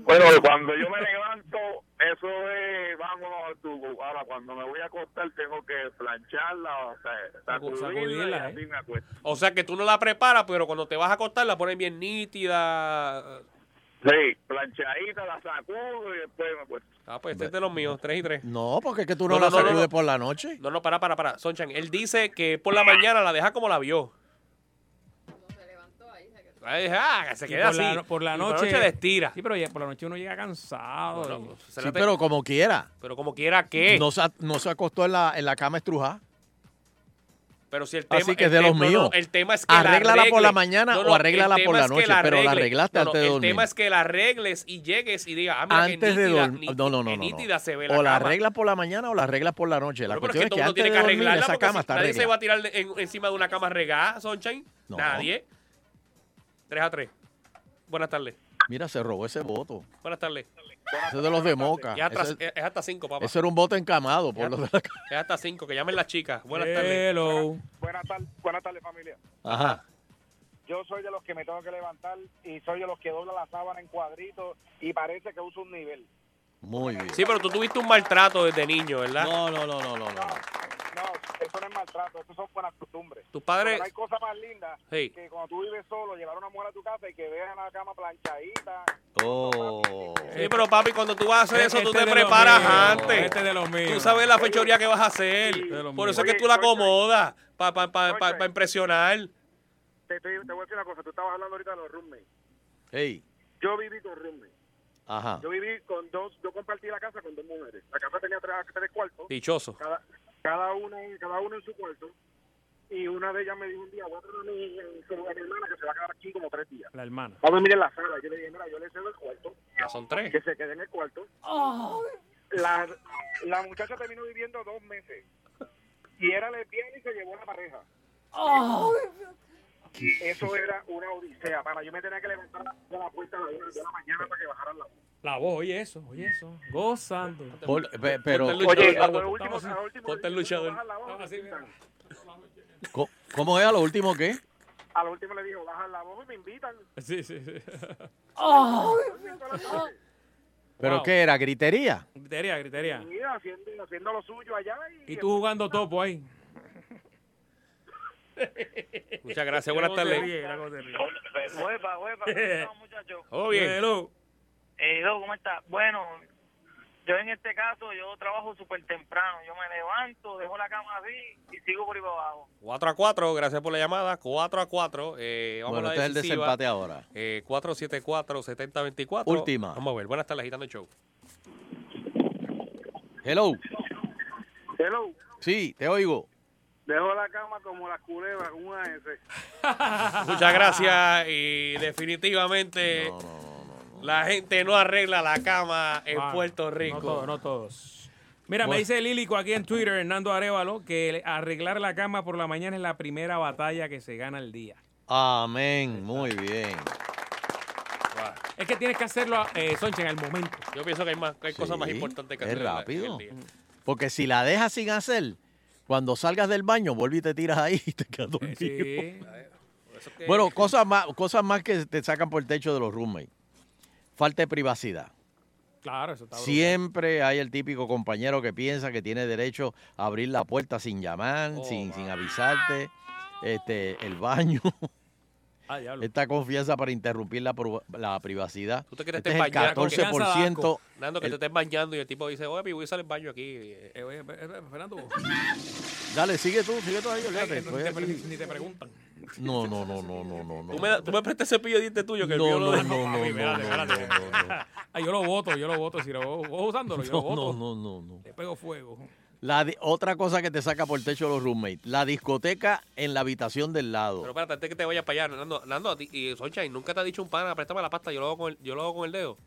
[SPEAKER 15] Bueno, cuando yo me levanto, eso es, vámonos a tu... Ahora, cuando me voy a acostar, tengo que plancharla, o sea, sacudirla,
[SPEAKER 7] sacudirla,
[SPEAKER 15] y así me acuesto.
[SPEAKER 7] O sea que tú no la preparas, pero cuando te vas a acostar la pones bien nítida.
[SPEAKER 15] Sí, planchadita, la sacudo y después me acuesto.
[SPEAKER 7] Ah, pues este es de los míos, 3 y 3.
[SPEAKER 6] No, porque es que tú no,
[SPEAKER 7] No, no,
[SPEAKER 6] la
[SPEAKER 7] no, no,
[SPEAKER 6] sacudes
[SPEAKER 7] no.
[SPEAKER 6] por la noche.
[SPEAKER 7] No, no, para, para, para. Sonchan, él dice que por la mañana la deja como la vio. Ahí se ah, se
[SPEAKER 5] Y
[SPEAKER 7] queda
[SPEAKER 5] por la
[SPEAKER 7] así.
[SPEAKER 5] no- por la
[SPEAKER 7] Y
[SPEAKER 5] noche-
[SPEAKER 7] la estira.
[SPEAKER 5] Sí, pero ya por la noche uno llega cansado.
[SPEAKER 7] Bueno, pues,
[SPEAKER 5] y-
[SPEAKER 6] Sí, pero como quiera.
[SPEAKER 7] Pero como quiera que.
[SPEAKER 6] No se, no se acostó en la, en la cama estrujada.
[SPEAKER 7] Pero si el tema
[SPEAKER 6] Así que es de
[SPEAKER 7] el-
[SPEAKER 6] los
[SPEAKER 7] no, no,
[SPEAKER 6] míos.
[SPEAKER 7] el tema es que
[SPEAKER 6] Arréglala
[SPEAKER 7] la
[SPEAKER 6] por la
[SPEAKER 7] arregle.
[SPEAKER 6] mañana
[SPEAKER 7] No,
[SPEAKER 6] o
[SPEAKER 7] no,
[SPEAKER 6] arréglala
[SPEAKER 7] el
[SPEAKER 6] por
[SPEAKER 7] tema
[SPEAKER 6] la
[SPEAKER 7] es que
[SPEAKER 6] noche, pero la
[SPEAKER 7] arregle.
[SPEAKER 6] arreglaste
[SPEAKER 7] No, no,
[SPEAKER 6] antes de dormir.
[SPEAKER 7] El tema es que la arregles y llegues y digas, ah, mira, que
[SPEAKER 6] antes de
[SPEAKER 7] nítida-
[SPEAKER 6] dormir.
[SPEAKER 7] ni-
[SPEAKER 6] No, no, no.
[SPEAKER 7] que
[SPEAKER 6] no, no.
[SPEAKER 7] nítida se ve la
[SPEAKER 6] o la
[SPEAKER 7] cama.
[SPEAKER 6] arreglas por la mañana o la arreglas por la noche. La
[SPEAKER 7] Pero
[SPEAKER 6] cuestión es
[SPEAKER 7] todo
[SPEAKER 6] que
[SPEAKER 7] el mundo
[SPEAKER 6] antes
[SPEAKER 7] tiene
[SPEAKER 6] de
[SPEAKER 7] que
[SPEAKER 6] dormir
[SPEAKER 7] arreglarla
[SPEAKER 6] esa
[SPEAKER 7] porque
[SPEAKER 6] cama
[SPEAKER 7] si-
[SPEAKER 6] está
[SPEAKER 7] nadie se va
[SPEAKER 6] arreglada.
[SPEAKER 7] a tirar de- en- encima de una cama regada, Sunshine.
[SPEAKER 6] No.
[SPEAKER 7] Nadie. 3 a 3. Buenas tardes.
[SPEAKER 6] Mira, se robó ese voto.
[SPEAKER 7] Buenas tardes.
[SPEAKER 6] Ese es de los de Moca.
[SPEAKER 7] Ya hasta-
[SPEAKER 6] Ah, Ese-
[SPEAKER 7] es, es hasta 5, papá.
[SPEAKER 6] Eso era un voto encamado por los de la
[SPEAKER 7] Es hasta 5, que llamen las chicas. Buenas
[SPEAKER 5] Hello.
[SPEAKER 19] Buenas tardes, buenas tardes familia.
[SPEAKER 6] Ajá.
[SPEAKER 19] Yo soy de los que me tengo que levantar y soy de los que dobla la sábana en cuadritos y parece que uso un nivel.
[SPEAKER 6] Muy bien.
[SPEAKER 7] Sí, pero tú tuviste un maltrato desde niño, ¿verdad?
[SPEAKER 6] No, no, no, no, no. no.
[SPEAKER 19] No, eso no es maltrato, eso son buenas costumbres.
[SPEAKER 7] Tus padres-
[SPEAKER 19] Porque No hay cosa más linda
[SPEAKER 7] Eh. Sí.
[SPEAKER 19] que cuando tú vives solo, llevar una mujer a tu casa y que veas la cama planchadita.
[SPEAKER 6] Oh.
[SPEAKER 7] Sí, pero papi, cuando tú vas a hacer eso,
[SPEAKER 5] Este
[SPEAKER 7] tú
[SPEAKER 5] de
[SPEAKER 7] te
[SPEAKER 5] los
[SPEAKER 7] preparas
[SPEAKER 5] míos,
[SPEAKER 7] antes.
[SPEAKER 5] este de los míos.
[SPEAKER 7] Tú sabes la fechoría que vas a hacer. Por eso es que tú la acomodas, para impresionar.
[SPEAKER 17] Te, estoy- te voy a decir una cosa, tú estabas hablando ahorita de los roommates.
[SPEAKER 6] Hey,
[SPEAKER 17] Yo viví con roommates.
[SPEAKER 6] ajá.
[SPEAKER 17] Yo viví con dos, yo compartí la casa con dos mujeres. La casa tenía tres, tres cuartos.
[SPEAKER 7] Dichoso.
[SPEAKER 17] Cada, cada, una, cada uno en su cuarto.
[SPEAKER 19] y una de ellas me dijo un día, voy a traer a mi, a mi hermana que se va a quedar aquí como tres días.
[SPEAKER 5] La hermana.
[SPEAKER 19] Vamos a dormir en la sala. Yo le dije, mira, yo le cedo el cuarto.
[SPEAKER 7] Ya Ah, son tres.
[SPEAKER 19] Que se quede en el cuarto. La, la muchacha terminó viviendo dos meses. Y era lesbiana y se llevó a la pareja. Eso era una odisea. Para yo me tenía que levantar de la puerta a las una de la mañana para que bajaran la
[SPEAKER 5] La voz, oye eso, oye eso. Gozando.
[SPEAKER 6] Por- pe- pero-
[SPEAKER 5] Ponte el
[SPEAKER 6] Oye,
[SPEAKER 5] luchador,
[SPEAKER 6] a
[SPEAKER 5] Aldo,
[SPEAKER 6] lo último,
[SPEAKER 5] estamos
[SPEAKER 6] a lo
[SPEAKER 5] así.
[SPEAKER 6] último,
[SPEAKER 5] Ponte el luchador.
[SPEAKER 6] Co- ¿Cómo es a lo último qué?
[SPEAKER 19] A lo último le dijo, baja la voz y me invitan.
[SPEAKER 5] Sí, sí, sí.
[SPEAKER 6] ¿Pero
[SPEAKER 5] Wow.
[SPEAKER 6] qué era? ¿Gritería?
[SPEAKER 5] Gritería, gritería.
[SPEAKER 19] Mira, haciendo, haciendo lo suyo allá.
[SPEAKER 5] Y tú jugando topo ahí.
[SPEAKER 7] Muchas gracias, buenas tardes.
[SPEAKER 20] Huepa, huepa, ¿cómo están, muchachos?
[SPEAKER 7] Todo bien. Hello.
[SPEAKER 20] Eh, Doc, ¿cómo estás? Bueno, yo en este caso, yo trabajo súper temprano. Yo me levanto, dejo la cama así y sigo por ahí para abajo.
[SPEAKER 7] 4 a 4, gracias por la llamada. 4 a 4. Eh, vamos
[SPEAKER 6] Bueno,
[SPEAKER 7] a
[SPEAKER 6] este
[SPEAKER 7] la
[SPEAKER 6] es el
[SPEAKER 7] decisiva.
[SPEAKER 6] desempate ahora.
[SPEAKER 7] Eh, 474-7024.
[SPEAKER 6] Última.
[SPEAKER 7] Vamos a ver. Buenas tardes, Gitano Show.
[SPEAKER 6] Hello.
[SPEAKER 19] Hello,
[SPEAKER 6] Sí, te oigo.
[SPEAKER 19] dejo la cama como las culebras, con una S.
[SPEAKER 7] Muchas gracias. Y definitivamente la gente no arregla la cama en
[SPEAKER 5] Bueno,
[SPEAKER 7] Puerto Rico.
[SPEAKER 5] No todos, no todos. Mira, me
[SPEAKER 7] Bueno.
[SPEAKER 5] dice Lílico aquí en Twitter, Hernando Arevalo, que el- arreglar la cama por la mañana es la primera batalla que se gana el día.
[SPEAKER 6] Amén. Muy bien.
[SPEAKER 5] Es que tienes que hacerlo, eh, Sonchen, al momento.
[SPEAKER 7] Yo pienso que hay, más, hay cosas más
[SPEAKER 6] Sí,
[SPEAKER 7] importantes que
[SPEAKER 6] es
[SPEAKER 7] hacer en la-
[SPEAKER 6] rápido.
[SPEAKER 7] en el día.
[SPEAKER 6] Porque si la dejas sin hacer, cuando salgas del baño, vuelve y te tiras ahí y te quedas dormido. Bueno, cosas más, cosas más que te sacan por el techo de los roommates. Falta de privacidad.
[SPEAKER 5] Claro, eso está brutal.
[SPEAKER 6] Siempre hay el típico compañero que piensa que tiene derecho a abrir la puerta sin llamar,
[SPEAKER 7] Oh,
[SPEAKER 6] sin, sin avisarte, este, el baño.
[SPEAKER 5] Ah, diablo.
[SPEAKER 6] Esta confianza para interrumpir la, pru- la privacidad.
[SPEAKER 7] Tú te quieres
[SPEAKER 6] Este
[SPEAKER 7] te
[SPEAKER 6] es el
[SPEAKER 7] bañar, porque-
[SPEAKER 6] 14%.
[SPEAKER 7] Nando, que te
[SPEAKER 6] el-
[SPEAKER 7] estés bañando y el tipo dice, oye, mi, voy a usar el baño aquí.
[SPEAKER 5] Eh, oye, Fernando.
[SPEAKER 6] Dale, sigue tú, sigue tú ahí, olvídate,
[SPEAKER 5] Ay, que no
[SPEAKER 6] estoy
[SPEAKER 5] te
[SPEAKER 6] aquí.
[SPEAKER 5] pre- ni te preguntan.
[SPEAKER 6] No, no, no, no, no, no. no.
[SPEAKER 7] Tú me, da- tú me prestas el cepillo de dientes tuyo que el
[SPEAKER 6] No,
[SPEAKER 7] mío
[SPEAKER 6] no,
[SPEAKER 7] lo
[SPEAKER 6] no, no,
[SPEAKER 7] Papi,
[SPEAKER 6] no,
[SPEAKER 7] espérate,
[SPEAKER 6] no,
[SPEAKER 7] espérate.
[SPEAKER 5] Ah, yo lo voto, yo lo voto. Si lo voy usándolo, yo lo
[SPEAKER 6] No,
[SPEAKER 5] voto.
[SPEAKER 6] no, no, no.
[SPEAKER 5] Le pego fuego.
[SPEAKER 6] La di- otra cosa que te saca por el techo de los roommates, la discoteca en la habitación del lado.
[SPEAKER 7] Pero espérate, antes que te vayas para allá, Nando, Nando a ti- y Sunshine, nunca te ha dicho un pana, préstame la pasta, yo lo hago con el, yo lo hago con el dedo.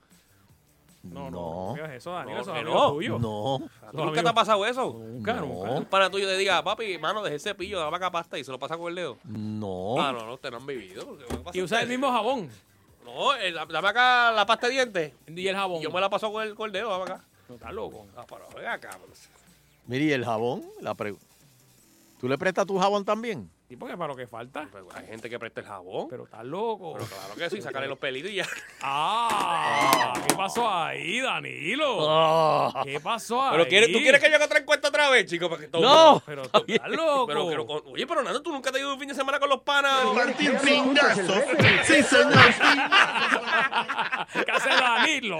[SPEAKER 6] No,
[SPEAKER 5] no. ¿Qué es eso, Daniel?
[SPEAKER 7] No,
[SPEAKER 5] Eso es
[SPEAKER 7] que
[SPEAKER 5] amigo
[SPEAKER 7] no.
[SPEAKER 5] tuyo.
[SPEAKER 6] No.
[SPEAKER 7] ¿A ti ¿Nunca te ha pasado eso?
[SPEAKER 5] Nunca, nunca.
[SPEAKER 7] Un pana tuyo te diga, papi, mano, dejé el cepillo, dame acá pasta y se lo pasa con el dedo.
[SPEAKER 6] No.
[SPEAKER 7] Ah, no, no, te lo han vivido. porque van a pasar
[SPEAKER 5] Y usa el
[SPEAKER 7] ustedes.
[SPEAKER 5] mismo jabón.
[SPEAKER 7] No, el- dame acá la pasta de dientes.
[SPEAKER 5] Y el jabón.
[SPEAKER 7] Yo me la paso con el, con el dedo, dame acá.
[SPEAKER 5] No, está loco.
[SPEAKER 7] Ah, pero ven acá. pero-
[SPEAKER 6] Mira, y el jabón, la pre- ¿Tú le prestas tu jabón también?
[SPEAKER 5] ¿Y por qué para lo que falta?
[SPEAKER 7] Hay gente que presta el jabón.
[SPEAKER 5] Pero está loco. Pero
[SPEAKER 7] claro que sí, sacarle los pelitos y ya.
[SPEAKER 5] ¡Ah! ¿Qué pasó ahí, Danilo?
[SPEAKER 7] Ah.
[SPEAKER 5] ¿Qué pasó ahí?
[SPEAKER 7] Pero quieres, tú quieres que yo haga otra encuesta otra vez, chico, para que todo.
[SPEAKER 5] No. Pero tú estás loco.
[SPEAKER 7] Pero, pero con- oye, pero Nando, tú nunca te has ido un fin de semana con los panas.
[SPEAKER 9] Martín Pingazo. Sí, señor.
[SPEAKER 5] En casa de Danilo.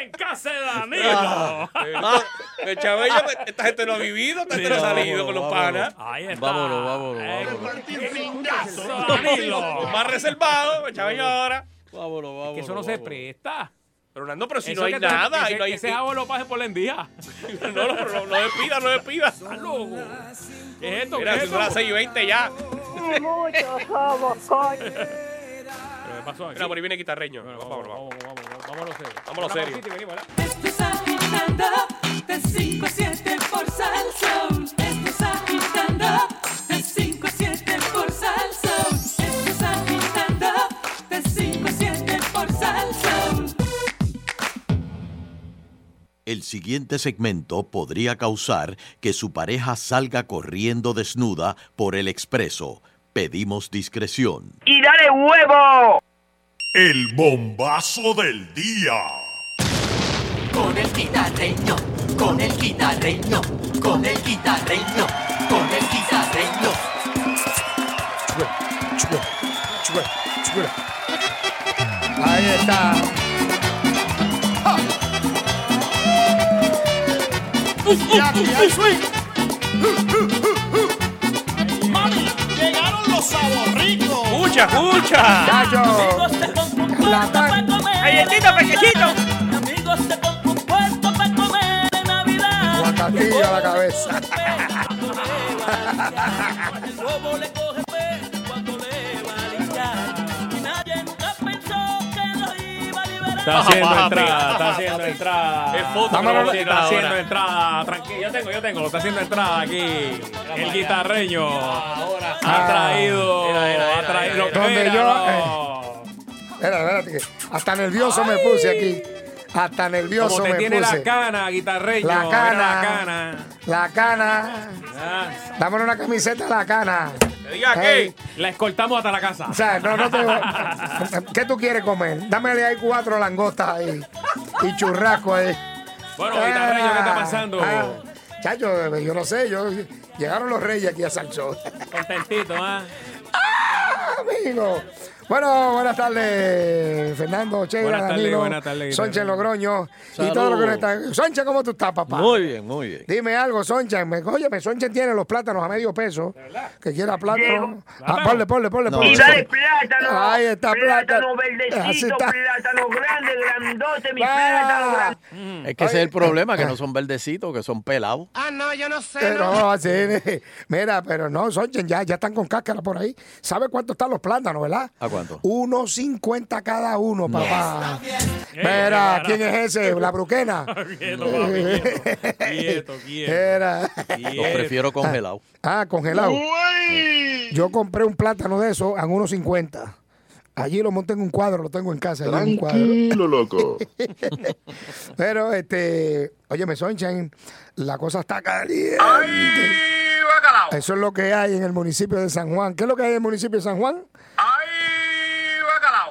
[SPEAKER 5] en casa de Danilo.
[SPEAKER 7] Ah. El Chabello, esta gente no ha vivido, esta gente no ha salido con los panas.
[SPEAKER 5] Ahí está.
[SPEAKER 6] Vámonos, vámonos, vámonos.
[SPEAKER 5] Martín
[SPEAKER 7] Danilo. Más reservado, el Chabello ahora.
[SPEAKER 6] Vámonos, vámonos.
[SPEAKER 5] Que eso no se presta.
[SPEAKER 7] Pero Nando, pero si
[SPEAKER 5] Eso
[SPEAKER 7] no hay
[SPEAKER 5] que te-
[SPEAKER 7] nada,
[SPEAKER 5] ese-
[SPEAKER 7] ahí no hay.
[SPEAKER 5] Ese jabón lo pase por la endija.
[SPEAKER 7] No, no, pero no, no despida, no despida.
[SPEAKER 5] ¿Qué es esto?
[SPEAKER 7] Mira,
[SPEAKER 5] ¿Qué es
[SPEAKER 7] si son las
[SPEAKER 5] esto?
[SPEAKER 7] 6 y 20 ya.
[SPEAKER 21] Muchos somos, coño.
[SPEAKER 5] Pero me pasó aquí.
[SPEAKER 7] Mira, por ahí viene guitarreño.
[SPEAKER 5] Vámonos, vámonos, vámonos, vámonos serio.
[SPEAKER 7] Vámonos
[SPEAKER 5] Una
[SPEAKER 7] serio.
[SPEAKER 5] pausita y venimos, ¿verdad?
[SPEAKER 10] Esto es agitando de 5 a 7 por Salsón. Esto es agitando de 5 a 7 por Salsón. Esto es agitando de 5 a 7 por Salsón.
[SPEAKER 22] El siguiente segmento podría causar que su pareja salga corriendo desnuda por el expreso. Pedimos discreción.
[SPEAKER 21] Y dale huevo.
[SPEAKER 22] El bombazo del día.
[SPEAKER 3] Con el guitarreño, con el guitarreño, con el guitarreño, con el guitarreño.
[SPEAKER 23] Ahí está.
[SPEAKER 3] Mami, llegaron los saborricos.
[SPEAKER 7] Escucha, escucha.
[SPEAKER 3] Amigos se para comer. Galletita, Amigos se compuesto para comer en Navidad.
[SPEAKER 23] La catilla a la cabeza.
[SPEAKER 24] cómo le coge peso cuando le va a linchar. Y nadie nunca pensó que lo iba a liberar.
[SPEAKER 5] Está haciendo entrada, está haciendo entrada.
[SPEAKER 7] Es foto,
[SPEAKER 5] Dámelo,
[SPEAKER 7] pero
[SPEAKER 5] está
[SPEAKER 7] ahora.
[SPEAKER 5] haciendo entrada, tranquilo. Yo tengo, yo tengo, lo está haciendo entrada aquí. El guitarreño
[SPEAKER 7] Ah,
[SPEAKER 5] ha traído, ha traído.
[SPEAKER 23] Donde yo.
[SPEAKER 5] Espéralo.
[SPEAKER 23] eh, espérate, espérate, que hasta nervioso me puse aquí. Hasta nervioso
[SPEAKER 5] Como te
[SPEAKER 23] me
[SPEAKER 5] tiene
[SPEAKER 23] puse.
[SPEAKER 5] la cana, guitarreño.
[SPEAKER 23] La
[SPEAKER 5] mira
[SPEAKER 23] cana.
[SPEAKER 5] La cana. Ah.
[SPEAKER 23] La cana. Dámonos una camiseta a la cana.
[SPEAKER 5] Diga
[SPEAKER 23] Ey,
[SPEAKER 5] que la escoltamos hasta la casa.
[SPEAKER 23] O sea, no, no te- ¿Qué tú quieres comer? Dámele ahí cuatro langostas ahí. Y churrasco ahí.
[SPEAKER 5] Bueno, guitarreño, ¿qué está
[SPEAKER 23] Ah,
[SPEAKER 5] pasando?
[SPEAKER 23] ah, chacho, yo no sé. Yo, llegaron los reyes aquí a Salsón.
[SPEAKER 5] Contentito, ¿ah?
[SPEAKER 23] Amigo. Bueno, buenas tardes, Fernando, Che,
[SPEAKER 5] Buenas tardes,
[SPEAKER 23] Danilo,
[SPEAKER 5] buenas tardes,
[SPEAKER 23] Soncha Logroño y
[SPEAKER 6] Saludos.
[SPEAKER 23] todo lo que nos está. Soncha, ¿cómo tú estás, papá?
[SPEAKER 6] Muy bien, muy bien.
[SPEAKER 23] Dime algo, Soncha. Me, oye, me Soncha tiene los plátanos a medio peso. Que quiera plátano. Ah, ponle, ponle, ponle.
[SPEAKER 6] No.
[SPEAKER 23] ponle
[SPEAKER 6] Y dale
[SPEAKER 23] plátano. Ahí está, plátano.
[SPEAKER 2] plátano verdecito,
[SPEAKER 23] Así está.
[SPEAKER 2] plátano grande, grandote, mi
[SPEAKER 23] Ah.
[SPEAKER 2] plátano grande.
[SPEAKER 23] Hmm.
[SPEAKER 6] Es que ese es el problema, que no son verdecitos, que son pelados.
[SPEAKER 2] Ah, no, yo no sé.
[SPEAKER 23] Eh, No, así, eh, mira, pero no, Sonchen, ya, ya están con cáscara por ahí. ¿Sabe cuánto están los plátanos, verdad?
[SPEAKER 6] ¿A cuánto?
[SPEAKER 23] 1.50 cada uno, papá. Mira, ¿quién es ese? ¿La bruquena?
[SPEAKER 5] Quieto, papi, quieto, quieto,
[SPEAKER 23] Era.
[SPEAKER 6] Los prefiero congelados.
[SPEAKER 23] Ah, congelado. Yo compré un plátano de eso a 1.50. Allí lo monté en un cuadro, lo tengo en casa. allí en un cuadro.
[SPEAKER 9] Tranquilo, loco.
[SPEAKER 23] Pero, este, óyeme, Sunshine, la cosa está caliente. Eso es lo que hay en el municipio de San Juan. ¿Qué es lo que hay en el municipio de San Juan?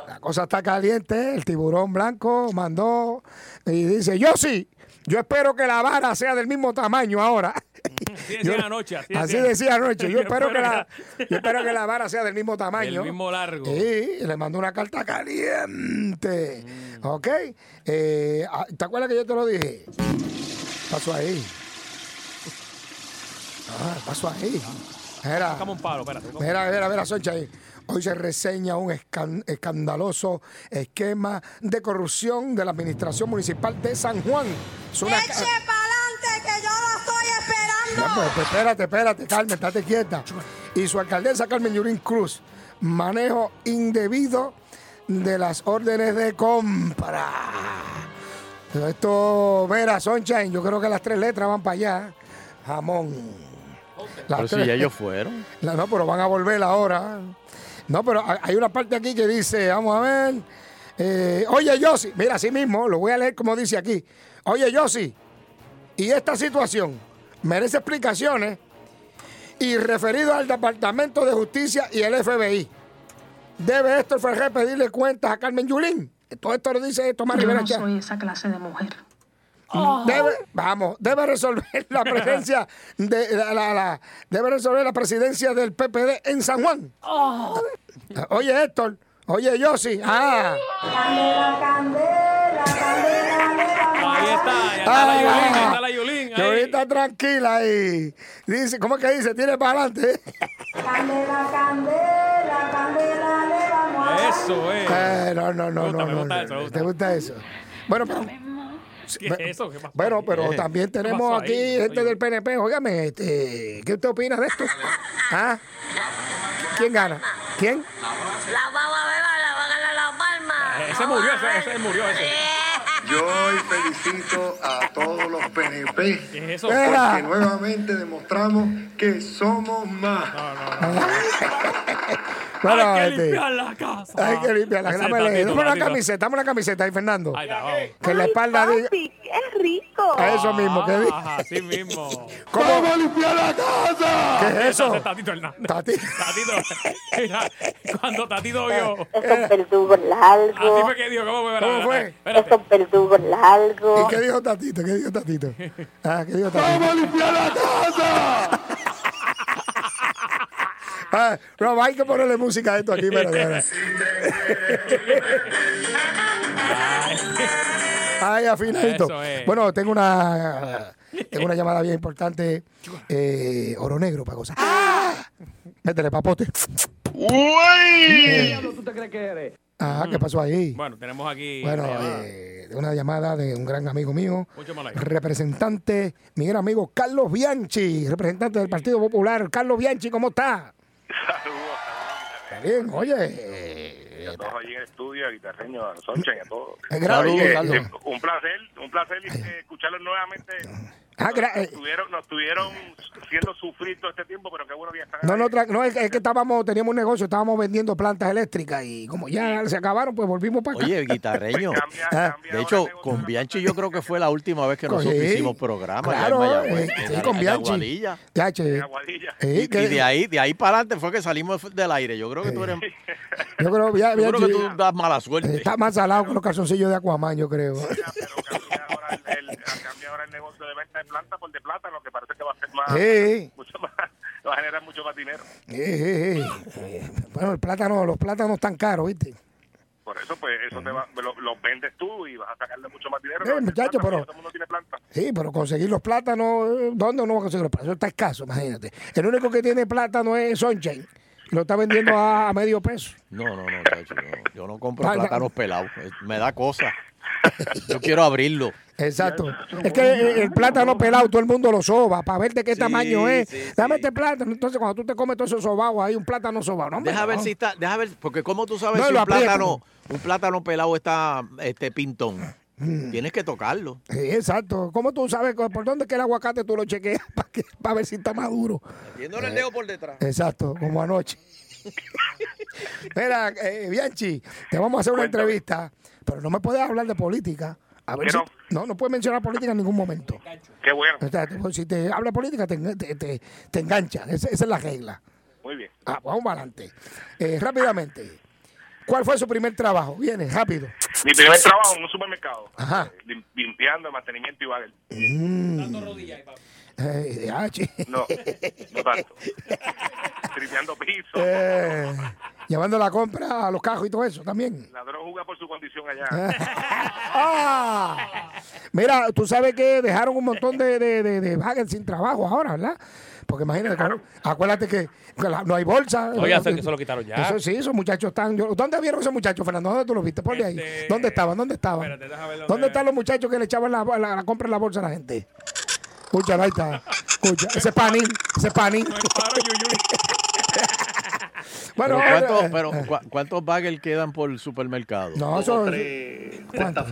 [SPEAKER 23] La cosa está caliente. El tiburón blanco mandó y dice, yo sí, yo espero que la vara sea del mismo tamaño ahora.
[SPEAKER 5] Así
[SPEAKER 23] Yo-
[SPEAKER 5] decía anoche.
[SPEAKER 23] Así decía anoche. Yo espero que la, yo espero que la vara sea del mismo tamaño.
[SPEAKER 5] Del mismo largo.
[SPEAKER 23] Sí, le mandó una carta caliente.
[SPEAKER 5] Mm.
[SPEAKER 23] ¿Ok? Eh, ah, ¿Te acuerdas que yo te lo dije? Pasó ahí. Ah, pasó ahí. Era.
[SPEAKER 5] Sacamos un palo, espérate. ¿cómo?
[SPEAKER 23] Mira, mira, mira, Soncha ahí. Hoy se reseña un escan- escandaloso esquema de corrupción de la administración municipal de San Juan. Es una ca- Ya, pues, pues, espérate, espérate, Carmen, estate quieta. Y su alcaldesa Carmen Yurín Cruz, manejo indebido de las órdenes de compra. Pero Esto, Vera, Sunshine, yo creo que las tres letras van para allá. Jamón. Las
[SPEAKER 6] Pero si
[SPEAKER 23] tres-
[SPEAKER 6] ya ellos fueron.
[SPEAKER 23] la- No, pero van a volver ahora. No, pero ha- hay una parte aquí que dice, vamos a ver. eh, Oye, Yossi, mira, así mismo, lo voy a leer como dice aquí. Oye, Yossi, y esta situación merece explicaciones y referido al Departamento de Justicia y el FBI. Debe esto el FRG pedirle cuentas a Carmen Yulín. Todo esto lo dice Tomás
[SPEAKER 1] Yo
[SPEAKER 23] Rivera
[SPEAKER 1] no
[SPEAKER 23] Chá.
[SPEAKER 1] soy esa clase de mujer.
[SPEAKER 23] Debe, vamos, debe resolver la presencia de la, la- la- debe resolver la presidencia del PPD en San Juan. Oye, Héctor, oye, Yossi, ah.
[SPEAKER 5] Ahí está, ahí está la Yulín, ahí está la Yulín.
[SPEAKER 23] Que
[SPEAKER 5] ahí.
[SPEAKER 23] ahorita tranquila y dice, ¿cómo es que dice? Tiene para adelante. ¿eh?
[SPEAKER 5] Eso es.
[SPEAKER 23] Eh, no, no, no, no,
[SPEAKER 5] me
[SPEAKER 23] no,
[SPEAKER 5] gusta
[SPEAKER 23] no,
[SPEAKER 5] eso,
[SPEAKER 23] no,
[SPEAKER 5] me gusta.
[SPEAKER 23] ¿Te gusta eso? Bueno, pero,
[SPEAKER 5] ¿Qué es eso? ¿Qué pasó?
[SPEAKER 23] bueno, pero
[SPEAKER 5] Eh.
[SPEAKER 23] también
[SPEAKER 5] ¿Qué pasó
[SPEAKER 23] tenemos
[SPEAKER 5] ahí?
[SPEAKER 23] aquí gente del PNP. Óigame, este, ¿qué usted opina de esto? ¿Ah? ¿Quién gana? ¿Quién?
[SPEAKER 2] La vamos a beber, la va a ganar la palma.
[SPEAKER 5] Eh, Ese murió, ese, ese murió. Ese.
[SPEAKER 25] Yo hoy felicito a todos los PNP
[SPEAKER 5] ¿Qué es eso?
[SPEAKER 25] porque nuevamente demostramos que somos más.
[SPEAKER 23] Bueno,
[SPEAKER 5] Hay que
[SPEAKER 23] este,
[SPEAKER 5] limpiar la casa.
[SPEAKER 23] Hay que limpiar la
[SPEAKER 5] Ah, Ese
[SPEAKER 23] Dame, dame
[SPEAKER 5] tatito,
[SPEAKER 23] una
[SPEAKER 5] tatito.
[SPEAKER 23] camiseta, dame una camiseta ahí, Fernando.
[SPEAKER 5] Ahí está, vamos.
[SPEAKER 23] Que la espalda diga.
[SPEAKER 21] Es rico.
[SPEAKER 23] A eso mismo, que diga.
[SPEAKER 5] Ajá, así mismo.
[SPEAKER 23] ¿Cómo?
[SPEAKER 5] Vamos
[SPEAKER 23] a limpiar la casa! ¿Qué es eso?
[SPEAKER 5] Ese Tatito Hernández.
[SPEAKER 23] Tatito. Eh,
[SPEAKER 5] Mira, cuando Tatito vio.
[SPEAKER 21] Estos verdugos
[SPEAKER 5] A ti
[SPEAKER 21] largos.
[SPEAKER 5] fue que Ah, dijo, ¿cómo fue?
[SPEAKER 23] ¿Cómo fue?
[SPEAKER 21] Estos verdugos
[SPEAKER 23] ¿Y
[SPEAKER 21] largos.
[SPEAKER 23] qué dijo Tatito? ¿Qué dijo Tatito? Ah, ¿qué dijo Tatito?
[SPEAKER 9] ¡Vamos a limpiar la casa!
[SPEAKER 23] Ah, no, hay que ponerle música a esto aquí, espérate, espérate. Ay, afinadito.
[SPEAKER 5] Eso es.
[SPEAKER 23] Bueno, tengo una tengo una llamada bien importante. Eh, oro negro para cosas.
[SPEAKER 5] Ah.
[SPEAKER 23] Métele papote. Eh,
[SPEAKER 5] tú te crees que eres?
[SPEAKER 23] ajá, Ah, ¿qué pasó ahí?
[SPEAKER 5] Mm. Bueno, tenemos aquí.
[SPEAKER 23] Bueno,
[SPEAKER 5] la llamada.
[SPEAKER 23] eh, una llamada de un gran amigo mío,
[SPEAKER 5] Poncho Malaya.
[SPEAKER 23] representante, mi gran amigo Carlos Bianchi, representante del Partido Popular. Carlos Bianchi, ¿cómo está?
[SPEAKER 15] Saludos.
[SPEAKER 23] Está bien, oye.
[SPEAKER 15] a todos allí en el estudio, a Guitarreño, a Soncha y a todos.
[SPEAKER 23] Eh, gracias,
[SPEAKER 15] Oye,
[SPEAKER 23] Carlos.
[SPEAKER 15] eh, un placer, un placer eh, escucharlos nuevamente.
[SPEAKER 23] Ah, gra-
[SPEAKER 15] Nos tuvieron, nos tuvieron siendo sufrir todo este tiempo, pero qué bueno que ya están.
[SPEAKER 23] No, no, tra- no, es, es que estábamos, teníamos un negocio, estábamos vendiendo plantas eléctricas y como ya se acabaron, pues volvimos para acá.
[SPEAKER 6] Oye, guitarreño.
[SPEAKER 23] Ah,
[SPEAKER 6] De hecho, con Bianchi yo creo que fue la última vez que nosotros
[SPEAKER 23] Sí.
[SPEAKER 6] hicimos programa. allá en
[SPEAKER 23] claro,
[SPEAKER 6] Mayagüez,
[SPEAKER 23] eh,
[SPEAKER 6] en
[SPEAKER 23] sí,
[SPEAKER 6] la-
[SPEAKER 23] con
[SPEAKER 6] en
[SPEAKER 23] Bianchi. eh,
[SPEAKER 6] Aguadilla.
[SPEAKER 23] Ya, che. Sí,
[SPEAKER 6] Y, y
[SPEAKER 23] que-
[SPEAKER 6] de ahí, de ahí para adelante fue que salimos del aire. Yo creo que tú eres.
[SPEAKER 23] Eh. Yo creo que
[SPEAKER 6] yo creo que
[SPEAKER 23] Bianchi
[SPEAKER 6] tú das mala suerte.
[SPEAKER 23] está más salado que los calzoncillos de Aquaman, yo creo. Sí.
[SPEAKER 15] Va a generar mucho más dinero.
[SPEAKER 23] Eh, eh, eh. Bueno, el plátano, los plátanos están caros, ¿viste?
[SPEAKER 15] Por eso, pues, eso te va, lo- los vendes tú y vas a sacarle mucho más dinero.
[SPEAKER 23] Eh, muchacho, pero- Sí, pero conseguir los plátanos, eh, ¿dónde uno va a conseguir los plátanos? Eso está escaso, imagínate. El único que tiene plátano es Sunshine. y Lo está vendiendo a, a medio peso.
[SPEAKER 6] No, no, no, chacho, no. Yo no compro
[SPEAKER 23] Ah, no.
[SPEAKER 6] plátanos pelados. eh, Me da cosa. Yo quiero abrirlo.
[SPEAKER 23] Exacto. Es que eh, el plátano pelado todo el mundo lo soba para ver de qué
[SPEAKER 6] Sí,
[SPEAKER 23] tamaño es.
[SPEAKER 6] sí,
[SPEAKER 23] Dame este plátano. Entonces, cuando tú te comes todos esos sobados, hay un plátano sobado. No, hombre,
[SPEAKER 6] Deja ver
[SPEAKER 23] no.
[SPEAKER 6] si está, deja ver, porque como tú sabes
[SPEAKER 23] No,
[SPEAKER 6] si
[SPEAKER 23] lo
[SPEAKER 6] un
[SPEAKER 23] aprieto.
[SPEAKER 6] plátano, un plátano pelado está este pintón. Tienes que tocarlo.
[SPEAKER 23] Sí, exacto. ¿Cómo tú sabes co- por dónde es que el aguacate tú lo chequeas para ver si está maduro?
[SPEAKER 6] Metiéndole el dedo por detrás.
[SPEAKER 23] Exacto, como anoche. Mira, eh, Bianchi, te vamos a hacer una entrevista, pero no me puedes hablar de política. A ver si-
[SPEAKER 15] Quiero-
[SPEAKER 23] no, no puedes mencionar política en ningún momento.
[SPEAKER 15] Qué bueno.
[SPEAKER 23] O sea, tú- si te habla política, te, engan- te, te- te enganchan. Esa, esa es la regla.
[SPEAKER 15] Muy bien.
[SPEAKER 23] Ah, vamos para adelante. Eh, rápidamente, ¿cuál fue su primer trabajo? Viene, rápido.
[SPEAKER 15] Mi primer trabajo en un supermercado.
[SPEAKER 23] Ajá.
[SPEAKER 15] eh, lim- limpiando, mantenimiento y bagel.
[SPEAKER 23] Mm. Eh, ah, chi-
[SPEAKER 15] No, no tanto. Tripeando piso.
[SPEAKER 23] Eh, llevando la compra a los cajos y todo eso también.
[SPEAKER 15] Ladrón juega por su condición allá.
[SPEAKER 23] Eh. Ah. Mira, tú sabes que dejaron un montón de, de, de, de bagels sin trabajo ahora, ¿verdad? Porque imagínate, acuérdate que, que la- no hay bolsa.
[SPEAKER 7] Oye, eso- eso lo quitaron ya.
[SPEAKER 23] Eso sí, esos muchachos están. yo- ¿Dónde vieron esos muchachos, Fernando? ¿Dónde tú los viste? Ponle ahí. ¿Dónde estaban? ¿Dónde estaban? ¿Dónde están los muchachos que le echaban la, la- la compra en la bolsa a la gente? Escucha, ahí está. Escucha, ese es panín, ese es panín. Bueno,
[SPEAKER 6] pero ¿cuántos,
[SPEAKER 23] eh,
[SPEAKER 6] pero cua- ¿cuántos bagels quedan por el supermercado?
[SPEAKER 23] No, eso- ¿cuánto?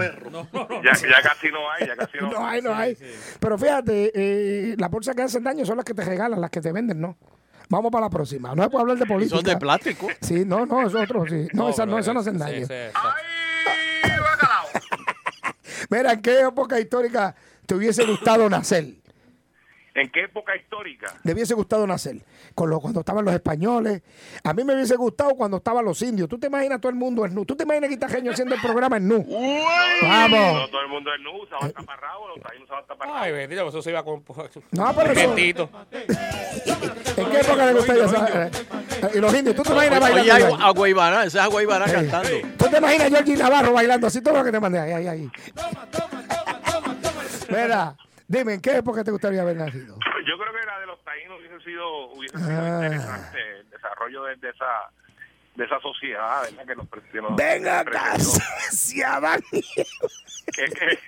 [SPEAKER 15] Ya, ya casi no hay, ya casi no,
[SPEAKER 23] No hay, no hay. Pero fíjate, eh, las bolsas que hacen daño son las que te regalan, las que te venden, ¿no. Vamos para la próxima. No se puede hablar de
[SPEAKER 6] Y
[SPEAKER 23] política.
[SPEAKER 6] son de plástico.
[SPEAKER 23] Sí, no, no, es otro, sí. No, esas no,
[SPEAKER 6] brother,
[SPEAKER 23] esas no hacen
[SPEAKER 6] sí,
[SPEAKER 23] daño.
[SPEAKER 6] sí,
[SPEAKER 23] Mira, ¿en qué época histórica te hubiese gustado nacer?
[SPEAKER 15] ¿En qué época histórica?
[SPEAKER 23] Le hubiese gustado nacer. Con lo, cuando estaban los españoles. A mí me hubiese gustado cuando estaban los indios. ¿Tú te imaginas todo el mundo nu? ¿Tú te imaginas Guitajeño haciendo el programa en nu?
[SPEAKER 15] No,
[SPEAKER 23] ¡Vamos!
[SPEAKER 15] todo el mundo es nu, usaban taparrabos, los taínos usaban taparrabos.
[SPEAKER 7] Ay, bendito, eso se iba con.
[SPEAKER 23] No, pero eso-
[SPEAKER 7] Bendito.
[SPEAKER 23] ¿En qué época le gustaría nacer? Eh, Y los indios, ¿tú te imaginas
[SPEAKER 6] Oye,
[SPEAKER 23] bailando?
[SPEAKER 6] hay
[SPEAKER 23] ahí?
[SPEAKER 6] agua- Aguaybana, ese es Aguaybana cantando.
[SPEAKER 23] ¿Tú te imaginas a Georgie Navarro bailando así todo lo que te mandé? Ahí, ahí, ahí. Mira, dime, ¿en qué época te gustaría haber nacido?
[SPEAKER 15] Yo creo que la de los taínos hubiese sido, hubiese sido
[SPEAKER 23] Ah.
[SPEAKER 15] interesante el desarrollo de, de esa de esa sociedad, ¿verdad? Que nos, que nos
[SPEAKER 23] Venga acá,
[SPEAKER 15] presentó.
[SPEAKER 23] hacia Dani.
[SPEAKER 15] Que- que-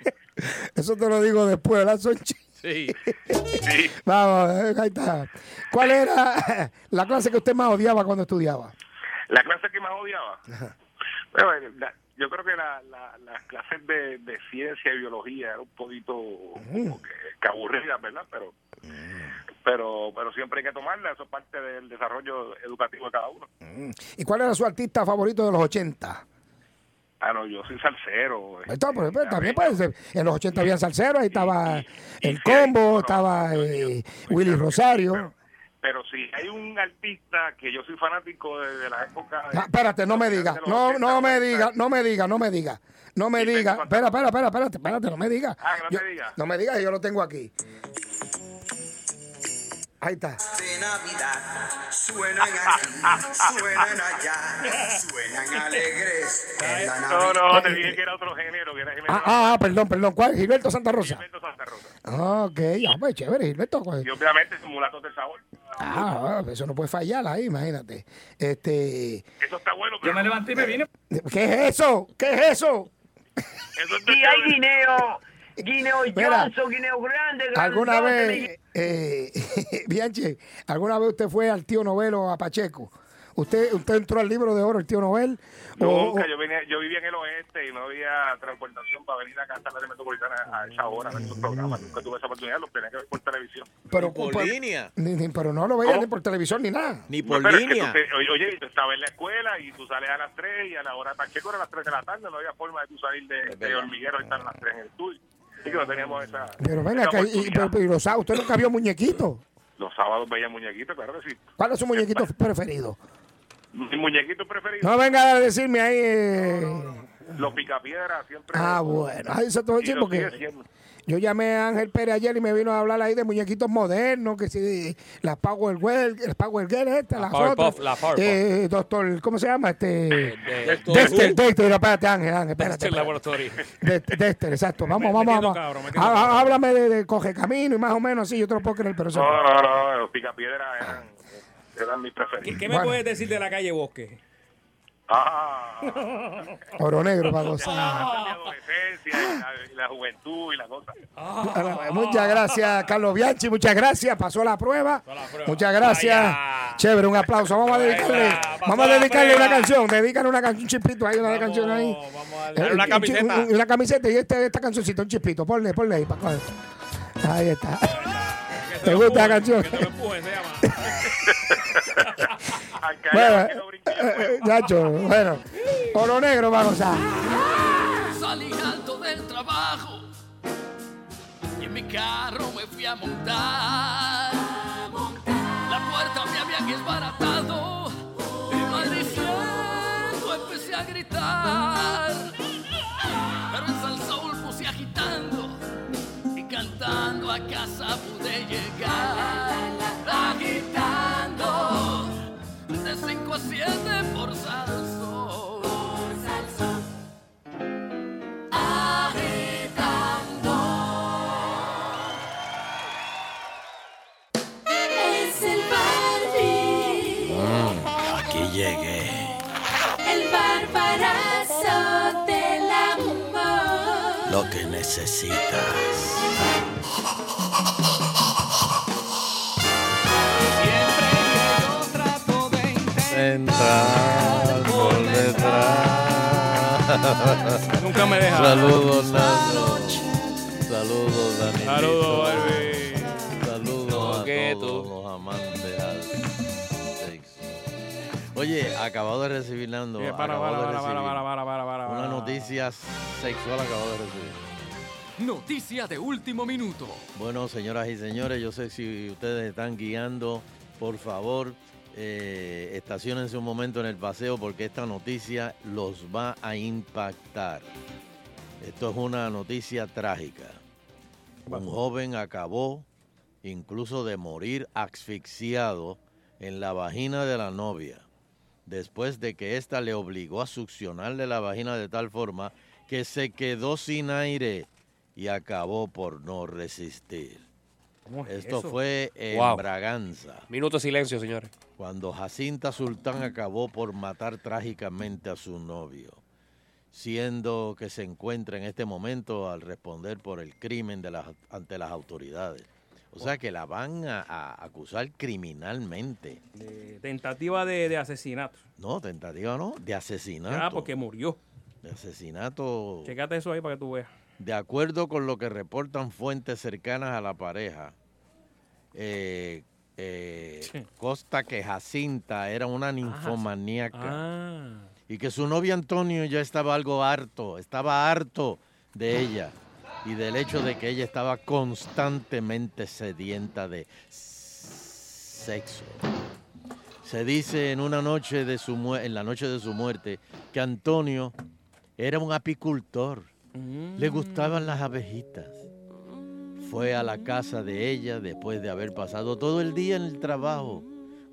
[SPEAKER 23] Eso te lo digo después, ¿verdad, Sonchi?
[SPEAKER 7] Sí.
[SPEAKER 23] Vamos, eh, ahí está. ¿Cuál era la clase que usted más odiaba cuando estudiaba?
[SPEAKER 15] La clase que más odiaba. Bueno, eh, la- yo creo que la- la- las clases de, de ciencia y biología eran un poquito
[SPEAKER 23] Mm.
[SPEAKER 15] como que, que aburridas, ¿verdad? Pero, pero, pero siempre hay que tomarla, eso es parte del desarrollo educativo de cada uno.
[SPEAKER 23] ¿Y cuál era su artista favorito de los 80?
[SPEAKER 15] Ah, no, yo soy salsero. eh,
[SPEAKER 23] Entonces, pues, pues,
[SPEAKER 15] eh,
[SPEAKER 23] también puede ser. En los 80 había salsero, ahí estaba El Combo, estaba eh, Willy Rosario.
[SPEAKER 15] Pero si hay un artista que yo soy fanático de, de la época... de-
[SPEAKER 23] Ah, espérate, no me
[SPEAKER 15] de
[SPEAKER 23] digas,
[SPEAKER 15] los
[SPEAKER 23] no,
[SPEAKER 15] 80,
[SPEAKER 23] no me digas, no me digas, no me digas, no me digas, espera, espera, espera, espérate, espérate, no me digas. Yo- Ah, No me digas, yo lo tengo aquí. Ahí está.
[SPEAKER 4] de Navidad suenan aquí, suenan allá, suenan alegres. en la
[SPEAKER 15] No,
[SPEAKER 4] Navidad.
[SPEAKER 15] no, te dije que era otro género, que era género.
[SPEAKER 23] Ah, ah, ah, perdón, perdón, ¿cuál? Gilberto Santa Rosa.
[SPEAKER 15] Gilberto Santa Rosa.
[SPEAKER 23] Ah, Ok, ah, pues chévere, Gilberto. pues.
[SPEAKER 15] Y obviamente simulatos de sabor.
[SPEAKER 23] Ah, ah, eso no puede fallar ahí, imagínate. Este,
[SPEAKER 15] Eso está bueno. Yo me levanté y me vine.
[SPEAKER 23] ¿qué es eso? ¿Qué es eso?
[SPEAKER 15] Y hay dinero.
[SPEAKER 4] Guineo
[SPEAKER 23] Mira,
[SPEAKER 4] Johnson, Guineo Grande, Grande
[SPEAKER 23] ¿Alguna
[SPEAKER 4] Johnson,
[SPEAKER 23] vez, eh, Bianchi, alguna vez usted fue al tío Nobel o a Pacheco? ¿Usted, usted entró al libro de oro, el tío Nobel? O-
[SPEAKER 15] Nunca, yo, venía, yo vivía en el oeste y no había transportación para venir acá hasta la área metropolitana a esa hora, a esos programas. Nunca tuve esa oportunidad, los tenía que ver por televisión.
[SPEAKER 23] pero, pues,
[SPEAKER 15] por línea.
[SPEAKER 23] ni- ni- pero no lo veía ni por televisión ni nada.
[SPEAKER 26] Ni
[SPEAKER 15] No, pero es que tú te- oye, oye, tú estabas en la escuela y tú sales a las 3 y a la hora Pacheco era a las 3 de la tarde, no había forma de tú salir de, de hormiguero y estar a las 3 en el estudio. Así que no teníamos esa...
[SPEAKER 23] Pero venga,
[SPEAKER 15] esa
[SPEAKER 23] acá, y,
[SPEAKER 15] oportunidad.
[SPEAKER 23] pero- pero, y los sábados, ¿usted nunca vio muñequito?
[SPEAKER 15] Los sábados veía muñequitos, claro que sí.
[SPEAKER 23] ¿Cuál es su muñequito preferido?
[SPEAKER 15] Mi muñequito preferido,
[SPEAKER 23] No venga a decirme ahí. eh,
[SPEAKER 15] los picapiedras, siempre...
[SPEAKER 23] Ah, bueno, ahí se te voy a
[SPEAKER 15] Y
[SPEAKER 23] decir
[SPEAKER 15] lo
[SPEAKER 23] porque-
[SPEAKER 15] sigue siendo.
[SPEAKER 23] Yo llamé a Ángel Pérez ayer y me vino a hablar ahí de muñequitos modernos, que si las Power Girl, las Power Girl esta, las
[SPEAKER 7] Powerpuff,
[SPEAKER 23] otras.
[SPEAKER 7] la Powerpuff. Eh,
[SPEAKER 23] Eh, doctor, ¿cómo se llama? Este...
[SPEAKER 7] Dexter.
[SPEAKER 23] Dexter, Dexter, espérate Ángel, Ángel, espérate.
[SPEAKER 7] Dexter Laboratory.
[SPEAKER 23] Dexter, Dexter, exacto. Vamos, vamos,
[SPEAKER 7] metiendo
[SPEAKER 23] vamos.
[SPEAKER 7] cabro, metiendo
[SPEAKER 23] Há-
[SPEAKER 7] cabro.
[SPEAKER 23] Háblame de, de coge camino y más o menos, sí, yo te lo puedo creer, pero eso.
[SPEAKER 15] No, no, no, los picapiedras eran, eran mis preferidos.
[SPEAKER 5] ¿Qué me puedes decir de la calle Bosque?
[SPEAKER 7] Ah.
[SPEAKER 23] Oro negro para gozar.
[SPEAKER 15] Ah. La adolescencia y la, y la juventud y la cosa.
[SPEAKER 23] Bueno, Muchas gracias, Carlos Bianchi. Muchas gracias. Pasó la prueba. Muchas gracias. Chévere, un aplauso. Vamos a dedicarle, vamos a dedicarle una canción. Dedícale una canción, un chispito ahí, una canción ahí. Eh,
[SPEAKER 7] Dale una
[SPEAKER 23] un chi-
[SPEAKER 7] camiseta.
[SPEAKER 23] un- Una camiseta y esta, esta cancioncita, un chispito. Ponle, ponle ahí. pa' coger. Ahí está. ¿Te gusta la canción? Bueno, eh,
[SPEAKER 15] pues.
[SPEAKER 23] eh, Nacho, bueno. Oro negro va a gozar.
[SPEAKER 3] Salí alto del trabajo y en mi carro me fui a montar. La puerta me habían desbaratado y maldiciendo empecé a gritar. Pero en salsa puse agitando y cantando a casa pude llegar. Agitando de 5 a 7 por salsón. Por salsón.
[SPEAKER 10] Es el Barbie,
[SPEAKER 6] Mm, aquí llegué.
[SPEAKER 10] el barbarazo del amor.
[SPEAKER 6] Lo que necesitas.
[SPEAKER 26] Entrar por detrás.
[SPEAKER 7] Nunca me deja.
[SPEAKER 6] Saludos, Nando. Saludos, Dani.
[SPEAKER 7] Saludos,
[SPEAKER 6] Saludos a
[SPEAKER 7] Coqueto.
[SPEAKER 6] todos los amantes al sexo. Oye, acabado de recibir, Nando.
[SPEAKER 5] Eh, para,
[SPEAKER 6] acabo
[SPEAKER 5] para,
[SPEAKER 6] de
[SPEAKER 5] para,
[SPEAKER 6] recibir
[SPEAKER 5] para, para, para, para,
[SPEAKER 6] Una
[SPEAKER 5] para.
[SPEAKER 6] noticia sexual acabo de recibir.
[SPEAKER 3] Noticia de último minuto.
[SPEAKER 6] Bueno, señoras y señores, yo sé si ustedes están guiando, por favor, eh, estacionense un momento en el paseo porque esta noticia los va a impactar. Esto es una noticia trágica. Un joven acabó incluso de morir asfixiado en la vagina de la novia, después de que ésta le obligó a succionarle la vagina de tal forma que se quedó sin aire y acabó por no resistir. Esto fue en
[SPEAKER 7] Wow.
[SPEAKER 6] Braganza,
[SPEAKER 7] Minuto de silencio, señores.
[SPEAKER 6] cuando Jacinta Sultán acabó por matar trágicamente a su novio, siendo que se encuentra en este momento al responder por el crimen de las- ante las autoridades. O sea que la van a, a acusar criminalmente.
[SPEAKER 5] Tentativa de, de asesinato.
[SPEAKER 6] No, tentativa no, de asesinato.
[SPEAKER 5] Ah, porque murió.
[SPEAKER 6] De asesinato.
[SPEAKER 5] Checate eso ahí para que tú veas.
[SPEAKER 6] De acuerdo con lo que reportan fuentes cercanas a la pareja, eh, eh, consta que Jacinta era una ninfomaníaca
[SPEAKER 3] Ah.
[SPEAKER 6] Ah. y que su novio Antonio ya estaba algo harto, estaba harto de ella y del hecho de que ella estaba constantemente sedienta de sexo. Se dice en una noche de su mue- en la noche de su muerte que Antonio era un apicultor. Le gustaban las abejitas. Fue a la casa de ella después de haber pasado todo el día en el trabajo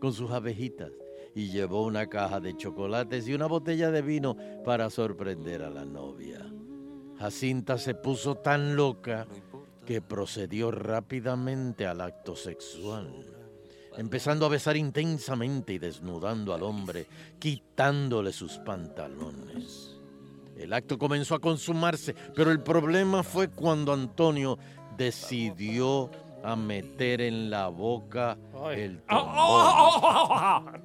[SPEAKER 6] con sus abejitas y llevó una caja de chocolates y una botella de vino para sorprender a la novia. Jacinta se puso tan loca que procedió rápidamente al acto sexual empezando a besar intensamente y desnudando al hombre, quitándole sus pantalones. El acto comenzó a consumarse, pero el problema fue cuando Antonio decidió a meter en la boca el
[SPEAKER 3] Ah,
[SPEAKER 6] trombón.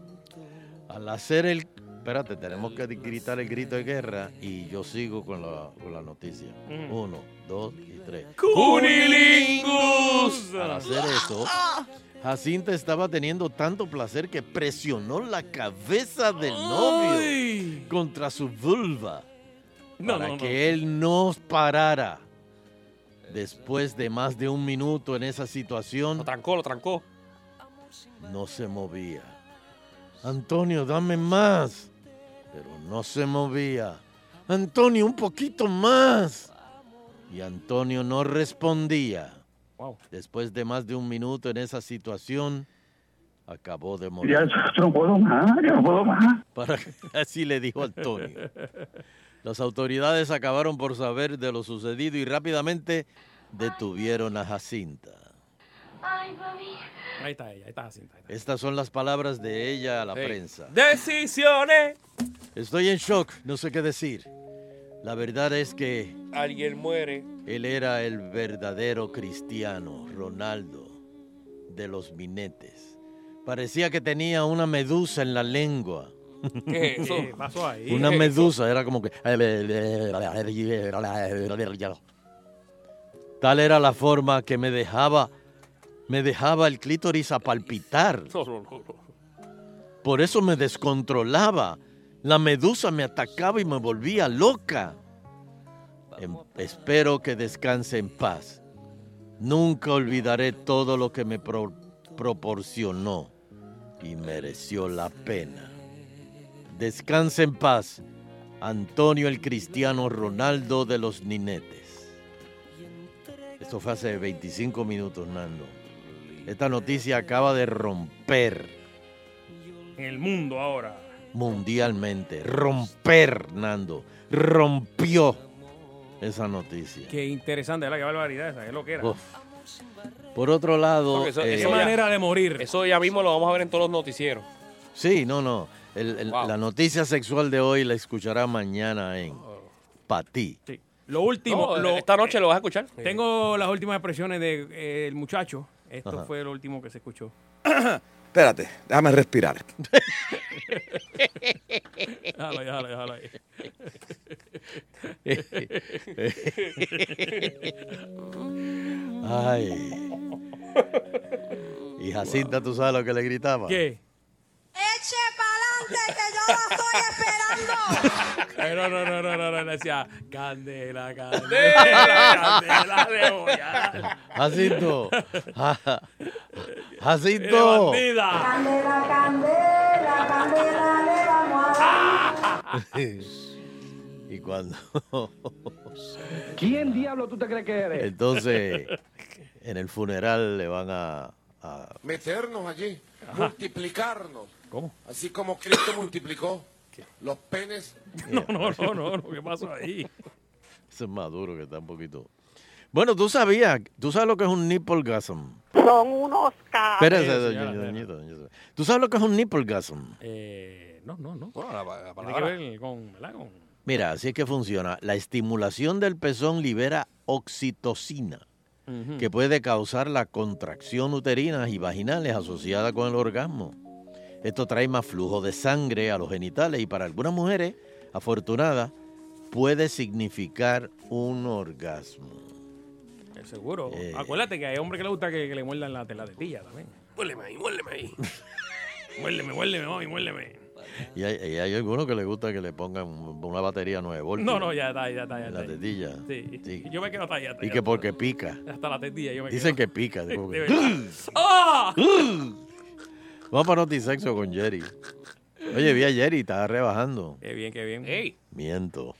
[SPEAKER 6] Al hacer el... Espérate, tenemos que gritar el grito de guerra y yo sigo con la, con la noticia.
[SPEAKER 3] Mm.
[SPEAKER 6] Uno, dos y tres.
[SPEAKER 3] Cunilingus.
[SPEAKER 6] Al hacer eso, Jacinta estaba teniendo tanto placer que presionó la cabeza del novio contra su vulva
[SPEAKER 5] No,
[SPEAKER 6] para
[SPEAKER 5] no, no.
[SPEAKER 6] que él no parara. Después de más de un minuto en esa situación... Lo
[SPEAKER 7] trancó, lo trancó.
[SPEAKER 6] No se movía. Antonio, dame más. Pero no se movía. Antonio, un poquito más. Y Antonio no respondía. Después de más de un minuto en esa situación, acabó de morir.
[SPEAKER 4] Ya, yo no puedo más, ya no puedo más.
[SPEAKER 6] Para- así le dijo Antonio. Las autoridades acabaron por saber de lo sucedido y rápidamente detuvieron a Jacinta.
[SPEAKER 5] Ay, mami. Ahí está ella, ahí está Jacinta.
[SPEAKER 6] Estas son las palabras de ella a la
[SPEAKER 5] Sí.
[SPEAKER 6] prensa.
[SPEAKER 7] Decisiones.
[SPEAKER 6] Estoy en shock, no sé qué decir. La verdad es que
[SPEAKER 7] Alguien muere.
[SPEAKER 6] él era el verdadero cristiano, Ronaldo, de los minetes. Parecía que tenía una medusa en la lengua.
[SPEAKER 5] ¿Qué es eso? ¿Qué pasó ahí?
[SPEAKER 6] Una
[SPEAKER 5] ¿Qué es
[SPEAKER 6] medusa, era como que... eh, Tal era la forma que me dejaba, me dejaba el clítoris a palpitar.
[SPEAKER 7] No, no, no, no.
[SPEAKER 6] Por eso me descontrolaba. La medusa me atacaba y me volvía loca. Em- espero que descanse en paz. Nunca olvidaré todo lo que me pro- proporcionó y mereció la pena. Descanse en paz, Antonio el Cristiano Ronaldo de los Ninetes. Esto fue hace 25 minutos, Nando. Esta noticia acaba de romper
[SPEAKER 5] En el mundo ahora.
[SPEAKER 6] mundialmente. Romper, Nando. Rompió esa noticia.
[SPEAKER 5] Qué interesante, ¿verdad? Qué barbaridad esa, es lo que era.
[SPEAKER 6] Uf. Por otro lado...
[SPEAKER 7] Porque eso-
[SPEAKER 6] eh,
[SPEAKER 7] eso ya- Eso ya mismo lo vamos a ver en todos los noticieros.
[SPEAKER 6] Sí, no, no. El- el- La noticia sexual de hoy la escuchará mañana en Patí.
[SPEAKER 5] Lo último.
[SPEAKER 7] No,
[SPEAKER 5] lo- eh,
[SPEAKER 7] esta noche lo vas a escuchar.
[SPEAKER 5] Tengo las últimas expresiones del muchacho. Esto
[SPEAKER 27] Ajá.
[SPEAKER 5] fue lo último que se escuchó.
[SPEAKER 27] Espérate, déjame respirar.
[SPEAKER 5] déjalo ahí, déjalo ahí, déjalo ahí.
[SPEAKER 6] Ay. Y Jacinta, ¿tú sabes lo que le gritaba?
[SPEAKER 5] ¿Qué?
[SPEAKER 10] Eche pa'lante que yo la estoy esperando.
[SPEAKER 5] Eh, No, no, no, no, no, no, decía, candela, candela, candela de olla.
[SPEAKER 6] Jacinto. Ja-
[SPEAKER 5] Eres
[SPEAKER 6] Jacinto.
[SPEAKER 5] bandida.
[SPEAKER 10] Candela, candela, candela le vamos a dar.
[SPEAKER 6] y cuando...
[SPEAKER 13] ¿Quién diablo tú te crees que eres?
[SPEAKER 6] Entonces, en el funeral le van a... a-
[SPEAKER 15] meternos allí,
[SPEAKER 6] Ajá.
[SPEAKER 15] multiplicarnos,
[SPEAKER 6] ¿Cómo?
[SPEAKER 15] así como Cristo multiplicó los penes.
[SPEAKER 5] No, no, no, no, no, ¿qué pasó ahí?
[SPEAKER 6] Ese es Maduro que está un poquito... Bueno, tú sabías, tú sabes lo que es un nipple gasm.
[SPEAKER 28] Son unos cabros.
[SPEAKER 6] Espérate, doña- doñito, doñito. ¿Tú sabes lo que es un nipple gasm?
[SPEAKER 5] Eh, no, no, no.
[SPEAKER 7] Bueno, la,
[SPEAKER 5] Tiene que ver con, ¿verdad? Con-
[SPEAKER 6] Mira, así es que funciona. La estimulación del pezón libera oxitocina,
[SPEAKER 5] Ujú.
[SPEAKER 16] Hmm.
[SPEAKER 6] que puede causar la contracción uterina y vaginales asociada con el orgasmo. Esto trae más flujo de sangre a los genitales y para algunas mujeres afortunadas puede significar un orgasmo.
[SPEAKER 5] Eh, Seguro.
[SPEAKER 6] Eh.
[SPEAKER 5] Acuérdate que hay hombres que le gusta que, que le muerdan la, la tetilla también.
[SPEAKER 7] Muérdeme ahí, muérdeme ahí.
[SPEAKER 5] muérdeme, muérdeme, mami, muérdeme.
[SPEAKER 6] Y hay, y hay algunos que les gusta que le pongan una batería 9 voltios
[SPEAKER 5] No, no, ya está, ya está, ya
[SPEAKER 6] en
[SPEAKER 5] está.
[SPEAKER 6] la tetilla.
[SPEAKER 5] Sí. Yo me quedo hasta allá.
[SPEAKER 6] Y que porque pica.
[SPEAKER 5] Hasta la tetilla yo me
[SPEAKER 6] Dicen que
[SPEAKER 5] quedo.
[SPEAKER 6] pica.
[SPEAKER 5] De
[SPEAKER 6] como que-
[SPEAKER 5] verdad. ¡Ah!
[SPEAKER 6] Vamos para Notisexo con Jerry. Oye, vi a Jerry, estaba rebajando.
[SPEAKER 5] Qué bien, qué bien.
[SPEAKER 6] Miento.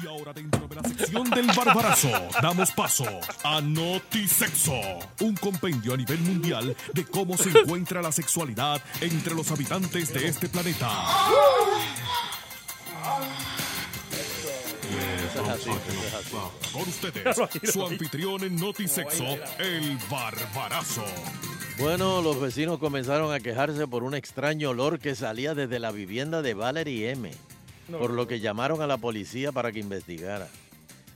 [SPEAKER 1] Y ahora dentro de la sección del barbarazo, damos paso a Notisexo, un compendio a nivel mundial de cómo se encuentra la sexualidad entre los habitantes de este planeta. Con ustedes, su anfitrión en Notisexo, el barbarazo.
[SPEAKER 6] Bueno, los vecinos comenzaron a quejarse por un extraño olor que salía desde la vivienda de Valerie M. No, por lo que llamaron a la policía para que investigara.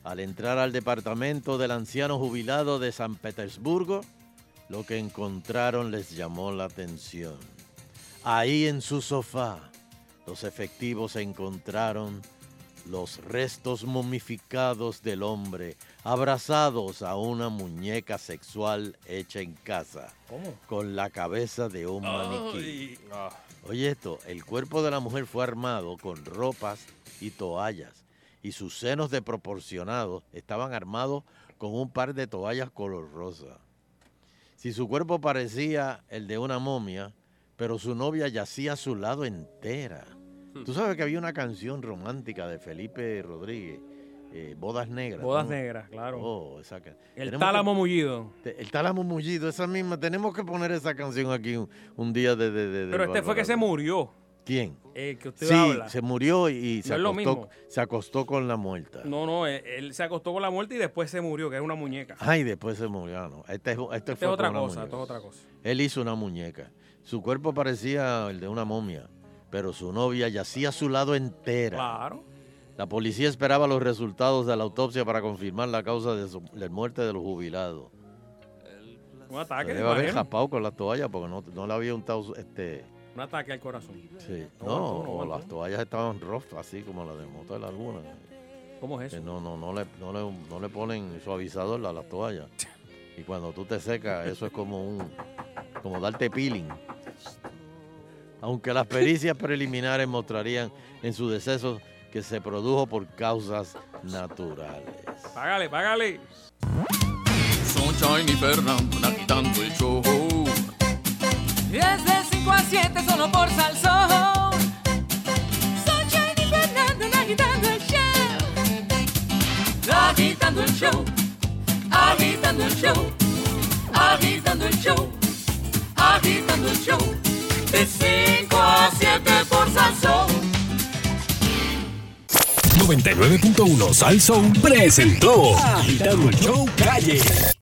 [SPEAKER 6] Al entrar al departamento del anciano jubilado de San Petersburgo, lo que encontraron les llamó la atención. Ahí en su sofá, los efectivos encontraron los restos momificados del hombre abrazados a una muñeca sexual hecha en casa,
[SPEAKER 5] ¿Cómo?
[SPEAKER 6] con la cabeza de un maniquí. Oye esto, el cuerpo de la mujer fue armado con ropas y toallas y sus senos desproporcionados estaban armados con un par de toallas color rosa. Si su cuerpo parecía el de una momia, pero su novia yacía a su lado entera. Tú sabes que había una canción romántica de Felipe Rodríguez, eh, Bodas Negras.
[SPEAKER 5] Bodas
[SPEAKER 6] ¿no?
[SPEAKER 5] negras, claro.
[SPEAKER 6] Oh, esa can-
[SPEAKER 5] El
[SPEAKER 6] Tenemos
[SPEAKER 5] tálamo
[SPEAKER 6] que-
[SPEAKER 5] mullido.
[SPEAKER 6] Te- El tálamo mullido, esa misma. Tenemos que poner esa canción aquí un, un día de, de, de- de
[SPEAKER 5] Pero este fue que
[SPEAKER 6] Bárbara.
[SPEAKER 5] se murió.
[SPEAKER 6] ¿Quién?
[SPEAKER 5] El que usted
[SPEAKER 6] Sí,
[SPEAKER 5] habla.
[SPEAKER 6] se murió y se,
[SPEAKER 5] No es lo mismo.
[SPEAKER 6] acostó, se acostó con la muerta.
[SPEAKER 5] No, no, él, él se acostó con la muerte y después se murió, que era una muñeca.
[SPEAKER 6] Ay, después se murió. Ah, no. Este, es- este
[SPEAKER 5] Esto
[SPEAKER 6] fue
[SPEAKER 5] es
[SPEAKER 6] con
[SPEAKER 5] otra
[SPEAKER 6] una
[SPEAKER 5] cosa,
[SPEAKER 6] muñeca.
[SPEAKER 5] esto es otra cosa.
[SPEAKER 6] Él hizo una muñeca. Su cuerpo parecía el de una momia, pero su novia yacía a su lado entera.
[SPEAKER 5] Claro.
[SPEAKER 6] La policía esperaba los resultados de la autopsia para confirmar la causa de su- la muerte de los jubilados.
[SPEAKER 5] Un
[SPEAKER 6] Se
[SPEAKER 5] ataque,
[SPEAKER 6] debe
[SPEAKER 5] me
[SPEAKER 6] haber
[SPEAKER 5] imagino.
[SPEAKER 6] japado con las toallas porque no, no le había untado su- este.
[SPEAKER 5] un ataque al corazón.
[SPEAKER 6] Sí. No,
[SPEAKER 5] aguantó, no
[SPEAKER 6] o
[SPEAKER 5] aguantó.
[SPEAKER 6] las toallas estaban rojas, así como las de moto de la laguna.
[SPEAKER 5] ¿Cómo es
[SPEAKER 6] Que
[SPEAKER 5] eso?
[SPEAKER 6] no, no, no le, no le, no le ponen suavizador a las toallas. Y cuando tú te secas, eso es como un como darte peeling. Aunque las pericias preliminares mostrarían en su deceso que se produjo por causas naturales.
[SPEAKER 5] Págale, págale.
[SPEAKER 3] Sunshine y Fernando están agitando el show.
[SPEAKER 10] Desde 5 a 7 solo por Salsón. Sunshine y Fernando en agitando el show.
[SPEAKER 3] Agitando el show. Agitando el show. Agitando el show. Agitando el show. De 5 a 7 por Salsón.
[SPEAKER 1] 99.1 Sal Soul presentó Agitando el Show Calle.